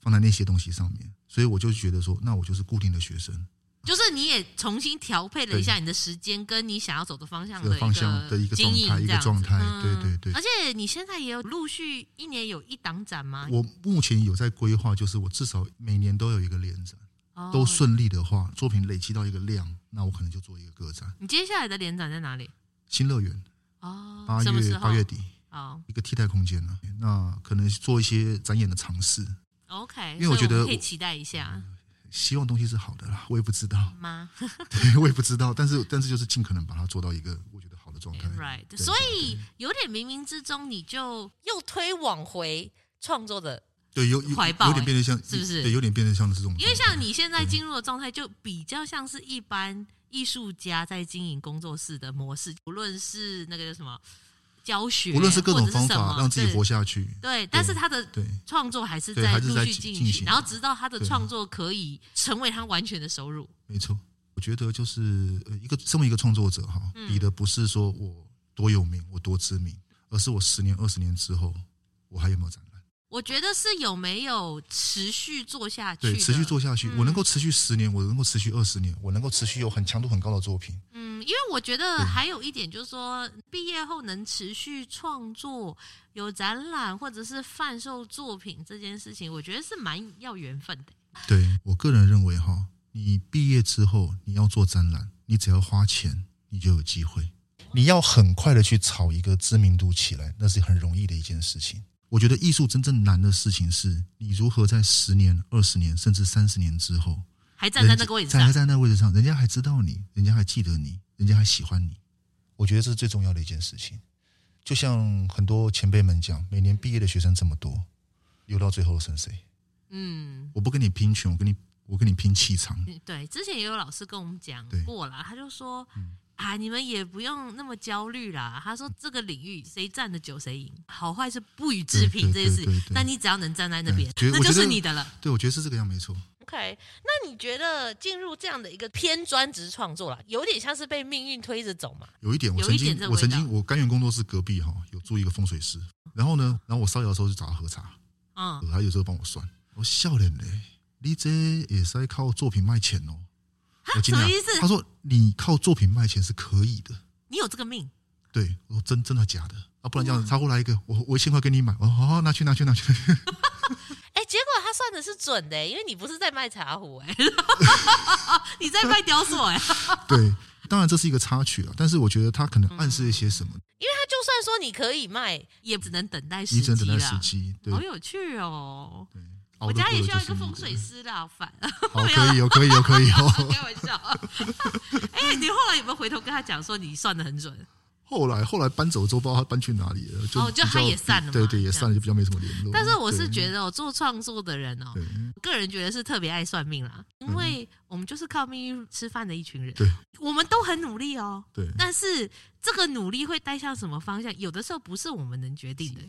S1: 放在那些东西上面。所以我就觉得说，那我就是固定的学生
S2: 就是你也重新调配了一下你的时间，跟你想要走的方向
S1: 这
S2: 的
S1: 个方向的一
S2: 一
S1: 个
S2: 个经
S1: 状
S2: 营
S1: 态，一
S2: 这
S1: 个
S2: 样子
S1: 状态。
S2: 嗯
S1: 对对对
S2: 而，且你现在也有陆续一年有一档展吗？
S1: 我目前有在规划，就是我至少每年都有一个联展，
S2: 哦
S1: 都顺利的话，作品累积到一个量，那我可能就做一个个展。
S2: 你接下来的联展在哪里？
S1: 新乐园
S2: 哦，
S1: 八
S2: 什么时
S1: 月
S2: 候？
S1: 八月底
S2: 哦
S1: 一个替代空间呢、那可能做一些展演的尝试，
S2: ，OK，
S1: 因为我
S2: 所以
S1: 觉得
S2: 们可以
S1: 我
S2: 期待一下
S1: 希望东西是好的啦，我也不知道，
S2: 吗？
S1: 对我也不知道，但是但是就是尽可能把它做到一个我觉得好的状态。
S2: Right，
S1: 对
S2: 所以有点冥冥之中你就
S4: 又推往回创作 的，
S1: 对，有有
S2: 怀抱欸
S1: 有点变得像，
S2: 是不是
S1: 对，有点变得像这种，
S2: 因为像你现在进入的状态，就比较像是一般艺术家在经营工作室的模式，不论是那个叫什么教学，
S1: 无论是各种
S2: 或者
S1: 方
S2: 是什么
S1: 法让自己活下去，
S2: 对，对但是他的
S1: 对
S2: 创作还是
S1: 对
S2: 在
S1: 还是
S2: 陆
S1: 在
S2: 续
S1: 进
S2: 进
S1: 进
S2: 行，
S1: 行
S2: 然后直到他的
S1: 对
S2: 创作可以成为他完全的收入。
S1: 没错。我觉得就是呃，一个身为一个创作者哈，
S2: 嗯
S1: 比的不是说我多有名，我多知名，而是我十年、二十年之后，我还有没有展览？
S2: 我觉得是有没有持续做下去？
S1: 对，持续。做下去，我能够持续十年，我能够持续二十年，我能够持续有很强度很高的作品，
S2: 嗯，因为我觉得还有一点就是说，毕业后能持续创作、有展览或者是贩售作品这件事情，我觉得是蛮要缘分的。
S1: 对我个人认为哈，你毕业之后你要做展览，你只要花钱，你就有机会。你要很快的去炒一个知名度起来，那是很容易的一件事情。我觉得艺术真正难的事情是你如何在十年、二十年甚至三十年之后，
S2: 还站
S1: 人
S2: 在
S1: 家
S2: 那个位置
S1: 站
S2: 上，
S1: 在那个位置上，人家还知道你，人家还记得你，人家还喜欢你。我觉得这是最重要的一件事情。就像很多前辈们讲，每年毕业的学生这么多，留到最后剩谁？
S2: 嗯，
S1: 我不跟你拼拳，我跟你我跟你拼气场。
S2: 对。之前也有老师跟我们讲
S1: 对嗯
S2: 过啦，他就说、啊，你们也不用那么焦虑啦。他说这个领域谁站得久谁赢，好坏是不予置
S1: 对
S2: 评
S1: 对
S2: 这件
S1: 对
S2: 事情
S1: 对。对
S2: 但你只要能站在那边，
S1: 对觉得
S2: 那
S1: 我
S2: 就
S1: 觉
S2: 是
S1: 得
S2: 你的了。
S1: 对，我觉得是这个样没错。
S4: OK，那你觉得进入这样的一个偏专职创作啦，有点像是被命运推着走嘛？
S1: 有一点，我
S2: 有一
S1: 曾
S2: 点
S1: 经
S2: 这个
S1: 我
S2: 味
S1: 曾
S2: 道
S1: 经我甘源工作室隔壁哈、有住一个风水师，然后呢，然后我烧窑的时候就找他喝茶，
S2: 嗯，
S1: 他有时候帮我算，我笑脸嘞，你这也是在靠作品卖钱哦。我惊
S2: 什么
S1: 讶
S2: 意思
S1: 他说你靠作品卖钱是可以的，
S2: 你有这个命，
S1: 对，我说真真的假的？啊，不然这样子，他过来一个，我我一千块给你买，哦，好好拿去拿去拿去，
S4: 哎、结果他算的是准的、欸因为你不是在卖茶壶哎、
S2: 你在卖雕塑哎、
S1: 对。当然这是一个插曲啊，但是我觉得他可能暗示了一些什 么，
S4: 因为他就算说你可以卖，
S2: 也只能等待时
S1: 你
S2: 机
S1: 只能
S2: 啦。
S1: 等待时机。对，
S2: 好有趣哦！
S1: 熬
S2: 我
S1: 得
S2: 家也
S1: 过
S2: 需要
S1: 就
S2: 一个
S1: 是
S2: 风水师啦，好烦。啊
S1: 好，可 以哦，可以哦，可以哦。
S2: 开玩笑。啊 哎、你后来有没有回头跟他讲说你算的很准？
S1: 后来后来搬走之后，不知道他搬去哪里了，就
S2: 哦就
S1: 比
S2: 他
S1: 较
S2: 也散了嘛
S1: 对对，
S2: 这
S1: 也
S2: 样
S1: 散了，就比较没什么联络。
S2: 但是我是
S1: 得，
S2: 觉得，我哦做创作的人哦，
S1: 对
S2: 我个人觉得是特别爱算命啦，因为我们就是靠命运吃饭的一群人，
S1: 嗯对
S2: 我们都很努力哦，
S1: 对，
S2: 但是这个努力会带向什么方向，有的时候不是我们能决定的。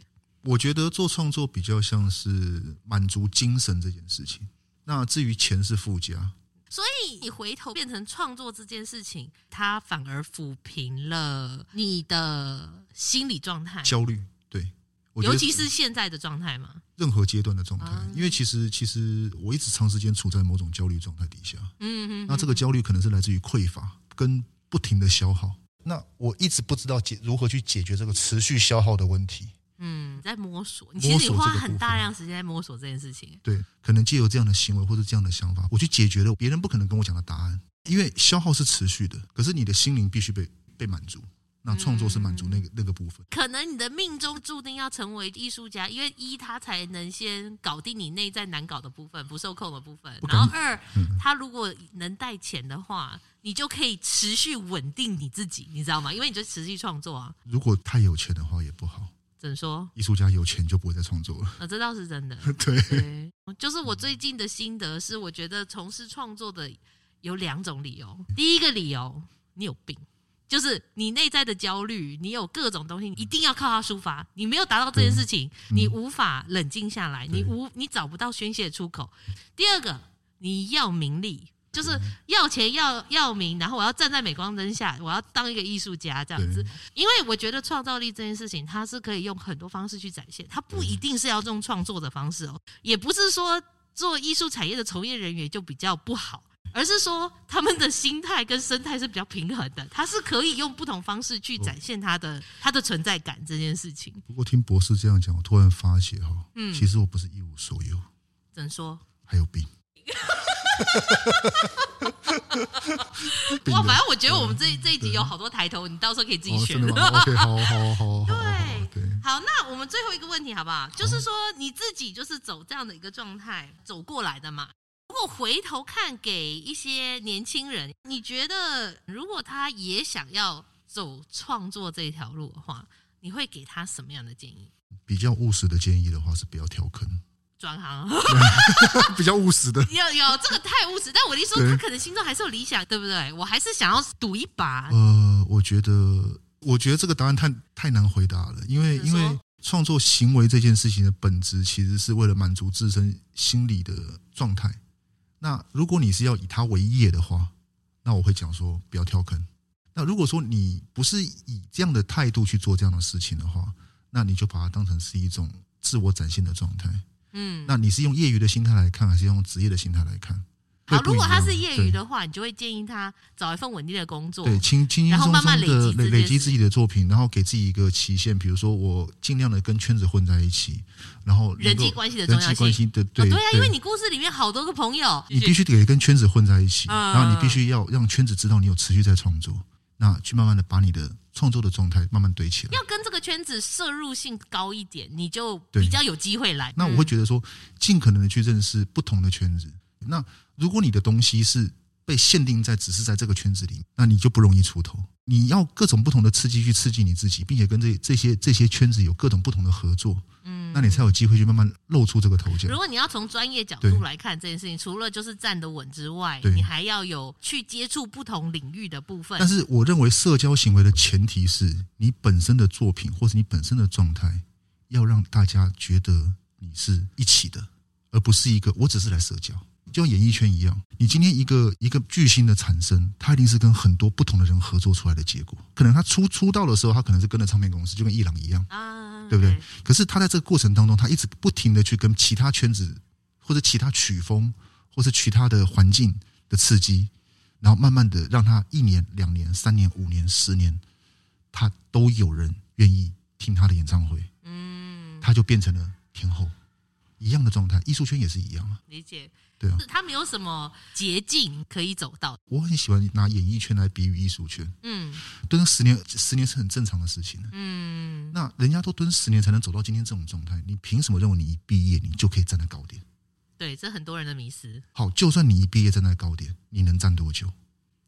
S1: 我觉得做创作比较像是满足精神这件事情。那至于钱是附加，
S2: 所以你回头变成创作这件事情，它反而抚平了你的心理状态，
S1: 焦虑，对，我觉
S2: 尤
S1: 得
S2: 其是现在的状态嘛。
S1: 任何阶段的状态
S2: 啊，
S1: 因为其实其实我一直长时间处在某种焦虑状态底下，
S2: 嗯嗯，
S1: 那这个焦虑可能是来自于匮乏跟不停的消耗。那我一直不知道解如何去解决这个持续消耗的问题。
S2: 嗯，在摸索，你
S1: 摸
S2: 其实你
S1: 索这个
S2: 花
S1: 部
S2: 很大
S1: 分
S2: 量时间在摸索这件事情。
S1: 对，可能借由这样的行为或者这样的想法，我去解决了别人不可能跟我讲的答案，因为消耗是持续的，可是你的心灵必须被被满足。那创作是满足那
S2: 嗯
S1: 个、那个部分，
S2: 可能你的命中注定要成为艺术家，因为一他才能先搞定你内在难搞的部分、不受控的部分，
S1: 不可
S2: 然
S1: 能嗯
S2: 后二他如果能带钱的话，你就可以持续稳定你自己，你知道吗？因为你就持续创作啊。
S1: 如果太有钱的话也不好。
S2: 怎么说？
S1: 艺术家有钱就不会再创作了。
S2: 啊，这倒是真的。
S1: 对，
S2: 对， 就是我最近的心得是，我觉得从事创作的有两种理由。第一个理由，你有病，就是你内在的焦虑，你有各种东西，你一定要靠它抒发。你没有达到这件事情，你无法冷静下来，你无你找不到宣泄出口。第二个，你要名利。就是要钱要要名，然后我要站在镁光灯下，我要当一个艺术家这样子
S1: 对。
S2: 因为我觉得创造力这件事情，它是可以用很多方式去展现，它不一定是要用创作的方式哦，也不是说做艺术产业的从业人员就比较不好，而是说他们的心态跟生态是比较平衡的，它是可以用不同方式去展现它的它的存在感这件事情。
S1: 不过听博士这样讲，我突然发觉哈、
S2: 嗯
S1: 其实我不是一无所有，
S2: 怎么说？
S1: 还有病。病
S2: 哇，
S1: 的
S2: 反 正我觉得我们这这一集有好多抬头，你到时候可以自己
S1: 哦，
S2: 选
S1: 真。的吗？OK，好好好好好好，
S2: 对
S1: 对，
S2: 好，那我们最后一个问题好不好？就是说你自己就是走这样的一个状态走过来的嘛。如果回头看给一些年轻人，你觉得如果他也想要走创作这条路的话，你会给他什么样的建议？
S1: 比较务实的建议的话是不要跳坑，
S2: 转行
S1: 比较务实的。
S2: 有有这个太务实，但我的意思说
S1: 对
S2: 他可能心中还是有理想，对不对？我还是想要赌一把，
S1: 呃，我觉得，我觉得这个答案太太难回答了，因为
S2: 怎么
S1: 因
S2: 说
S1: 为创作行为这件事情的本质其实是为了满足自身心理的状态。那如果你是要以它为业的话，那我会讲说不要跳坑。那如果说你不是以这样的态度去做这样的事情的话，那你就把它当成是一种自我展现的状态。
S2: 嗯。
S1: 那你是用业余的心态来看，还是用职业的心态来看？
S2: 好，
S1: 会不
S2: 如果
S1: 一
S2: 他
S1: 样
S2: 是业余
S1: 对
S2: 的话，你就会建议他找一份稳定的工作，
S1: 对，轻轻轻
S2: 然后
S1: 松
S2: 慢慢
S1: 松的
S2: 累积这
S1: 累累
S2: 件事
S1: 积自己的作品，然后给自己一个期限，比如说我尽量的跟圈子混在一起，然后能
S2: 人际
S1: 够
S2: 关系的重
S1: 人
S2: 要
S1: 际
S2: 性
S1: 关。系的
S2: 哦
S1: 对、
S2: 对啊，因为你故事里面好多个朋友，
S1: 你必须得跟圈子混在一起，
S2: 嗯
S1: 然后你必须要让圈子知道你有持续在创作，那去慢慢的把你的创作的状态慢慢堆起来。
S2: 要跟这个圈子摄入性高一点，你就
S1: 对
S2: 比较有机会来。
S1: 那我会觉得说，尽可能的去认识不同的圈子。那如果你的东西是被限定在只是在这个圈子里，那你就不容易出头。你要各种不同的刺激去刺激你自己，并且跟这这些这些圈子有各种不同的合作，
S2: 嗯，
S1: 那你才有机会去慢慢露出这个头角
S2: 如。果你要从专业角
S1: 对
S2: 度来看这件事情，除了就是站得稳之外，
S1: 对
S2: 你还要有去接触不同领域的部分
S1: 但。是我认为社交行为的前提是你本身的作品或是你本身的状态，要让大家觉得你是一起的，而不是一个我只是来社交。就像演艺圈一样，你今天一个一个巨星的产生，他一定是跟很多不同的人合作出来的结果。可能他出出道的时候，他可能是跟着唱片公司，就跟伊朗一样，
S2: 啊，
S1: 对不对？可是他在这个过程当中，他一直不停的去跟其他圈子或者其他曲风或是其他的环境的刺激，然后慢慢的让他一年、两年、三年、五年、十年，他都有人愿意听他的演唱会，
S2: 嗯，
S1: 他就变成了天后，一样的状态。艺术圈也是一样啊，
S2: 理解，
S1: 对啊
S2: 是。他没有什么捷径可以走到，
S1: 我很喜欢拿演艺圈来比喻艺术圈，
S2: 嗯
S1: 蹲十年，十年是很正常的事情。
S2: 嗯，
S1: 那人家都蹲十年才能走到今天这种状态，你凭什么认为你一毕业你就可以站在高点？
S2: 对，这很多人的迷思，
S1: 好，就算你一毕业站在高点，你能站多久？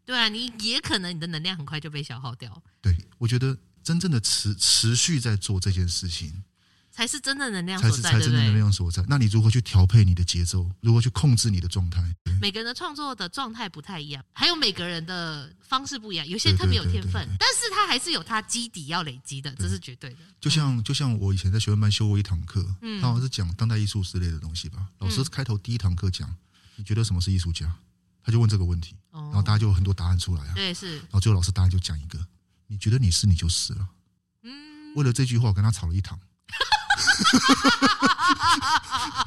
S2: 对啊，你也可能你的能量很快就被消耗掉，
S1: 对我觉得真正的持持续在做这件事情，
S2: 才是真的能量
S1: 才
S2: 所
S1: 是
S2: 在，
S1: 才
S2: 对
S1: 真
S2: 不
S1: 正的
S2: 对？
S1: 量所在。那你如何去调配你的节奏？如何去控制你的状态？
S2: 每个人的创作的状态不太一样，还有每个人的方式不一样，有些人
S1: 对
S2: 特别有
S1: 对对
S2: 天分
S1: 对对，
S2: 但是他还是有他基底要累积的，这是绝对的。
S1: 就像就像我以前在学院班修过一堂课，
S2: 嗯
S1: 他好像是讲当代艺术之类的东西吧。老师开头第一堂课讲，你觉得什么是艺术家？他就问这个问题，然后
S2: 哦，
S1: 大家就有很多答案出来啊。
S2: 对，是，
S1: 然后最后老师答案就讲一个，你觉得你是你就是了。
S2: 嗯，
S1: 为了这句话，我跟他吵了 一堂。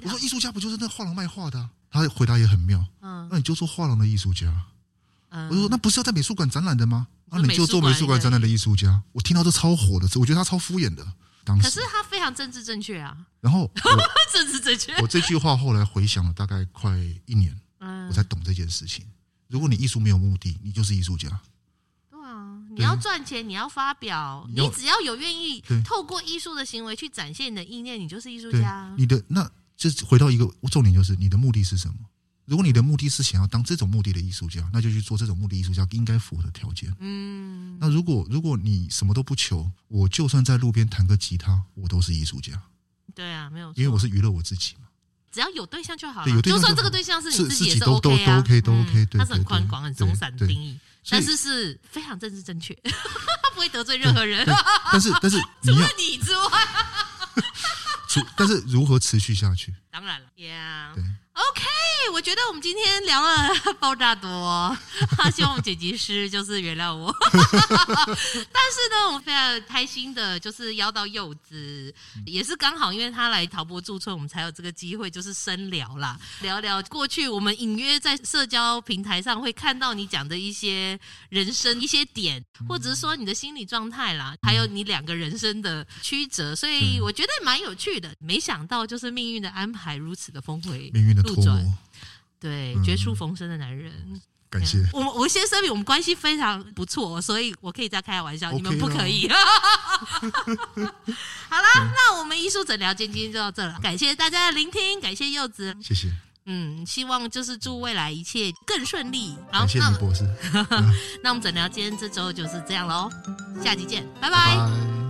S1: 我说艺术家不就是那画廊卖画的啊、他的回答也很妙，
S2: 嗯
S1: 那你就做画廊的艺术家啊。
S2: 嗯
S1: 我就说那不是要在美术馆展览的吗？
S2: 你
S1: 啊，
S2: 说
S1: 你就做美术馆展览的艺术家。我听到这超火的，我觉得他超敷衍的。当
S2: 可
S1: 时
S2: 是，他非常政治正确啊，
S1: 然后我
S2: 政治正确
S1: 我这句话后来回想了大概快一年，
S2: 嗯
S1: 我，才懂这件事情。如果你艺术没有目的，你就是艺术家。
S2: 对啊，你
S1: 对
S2: 要赚钱，你要发表，
S1: 你要
S2: 你只要有愿意
S1: 对
S2: 透过艺术的行为去展现你的意念，你就是艺术
S1: 对
S2: 家，。啊
S1: 你的那就是回到一个重点，就是你的目的是什么？如果你的目的是想要当这种目的的艺术家，那就去做这种目的艺术家应该符合的条件。
S2: 嗯，
S1: 那如果如果你什么都不求，我就算在路边弹个吉他，我都是艺术家，
S2: 对啊，没有错，
S1: 因为我是娱乐我自己嘛。
S2: 只要有对象就好
S1: 对有
S2: 了，
S1: 对象就好
S2: 算这个对象是你
S1: 是
S2: 自己
S1: 自
S2: 也
S1: 己都
S2: OK 啊，
S1: 都都 OK，都
S2: 嗯
S1: OK，对
S2: 它是很
S1: 对
S2: 宽
S1: 对
S2: 广、很
S1: 对
S2: 松散的
S1: 对
S2: 定义，
S1: 所
S2: 但
S1: 以
S2: 是是非常政治正确， 他不会得罪任何人，
S1: 但是但是 你
S2: 除
S1: 要
S2: 了你之外，
S1: 除，但是如何持续下去？
S2: 当然了，Yeah，
S1: 对
S2: OK，我哎觉得我们今天聊了 爆炸多， 希望我们剪辑师就是原谅我。 但是呢，我们非常开心的，就是邀到柚子，也是刚好因为他来陶博驻村，我们才有这个机会，就是深聊啦，聊聊过去我们隐约在社交平台上会看到你讲的一些人生一些点，
S1: 嗯
S2: 或者是说你的心理状态啦，还有你两个人生的曲折，所以
S1: 嗯
S2: 我觉得蛮有趣的。没想到就是命运的安排如此的峰回
S1: 命运的
S2: 路
S1: 脱
S2: 转。
S1: 模，
S2: 对，
S1: 嗯
S2: 绝处逢生的男人。
S1: 感谢。
S2: 我们，我先声明，我们关系非常不错，所以我可以再开玩笑
S1: OK
S2: 你们不可以。好啦，那我们艺术诊疗今天就到这了，感谢大家的聆听，感谢柚子，
S1: 谢谢，
S2: 嗯，希望就是祝未来一切更顺利。好
S1: 感，谢
S2: 那
S1: 李博士，
S2: 那我们诊疗今天这周就是这样喽，下集见，拜拜
S1: 拜拜。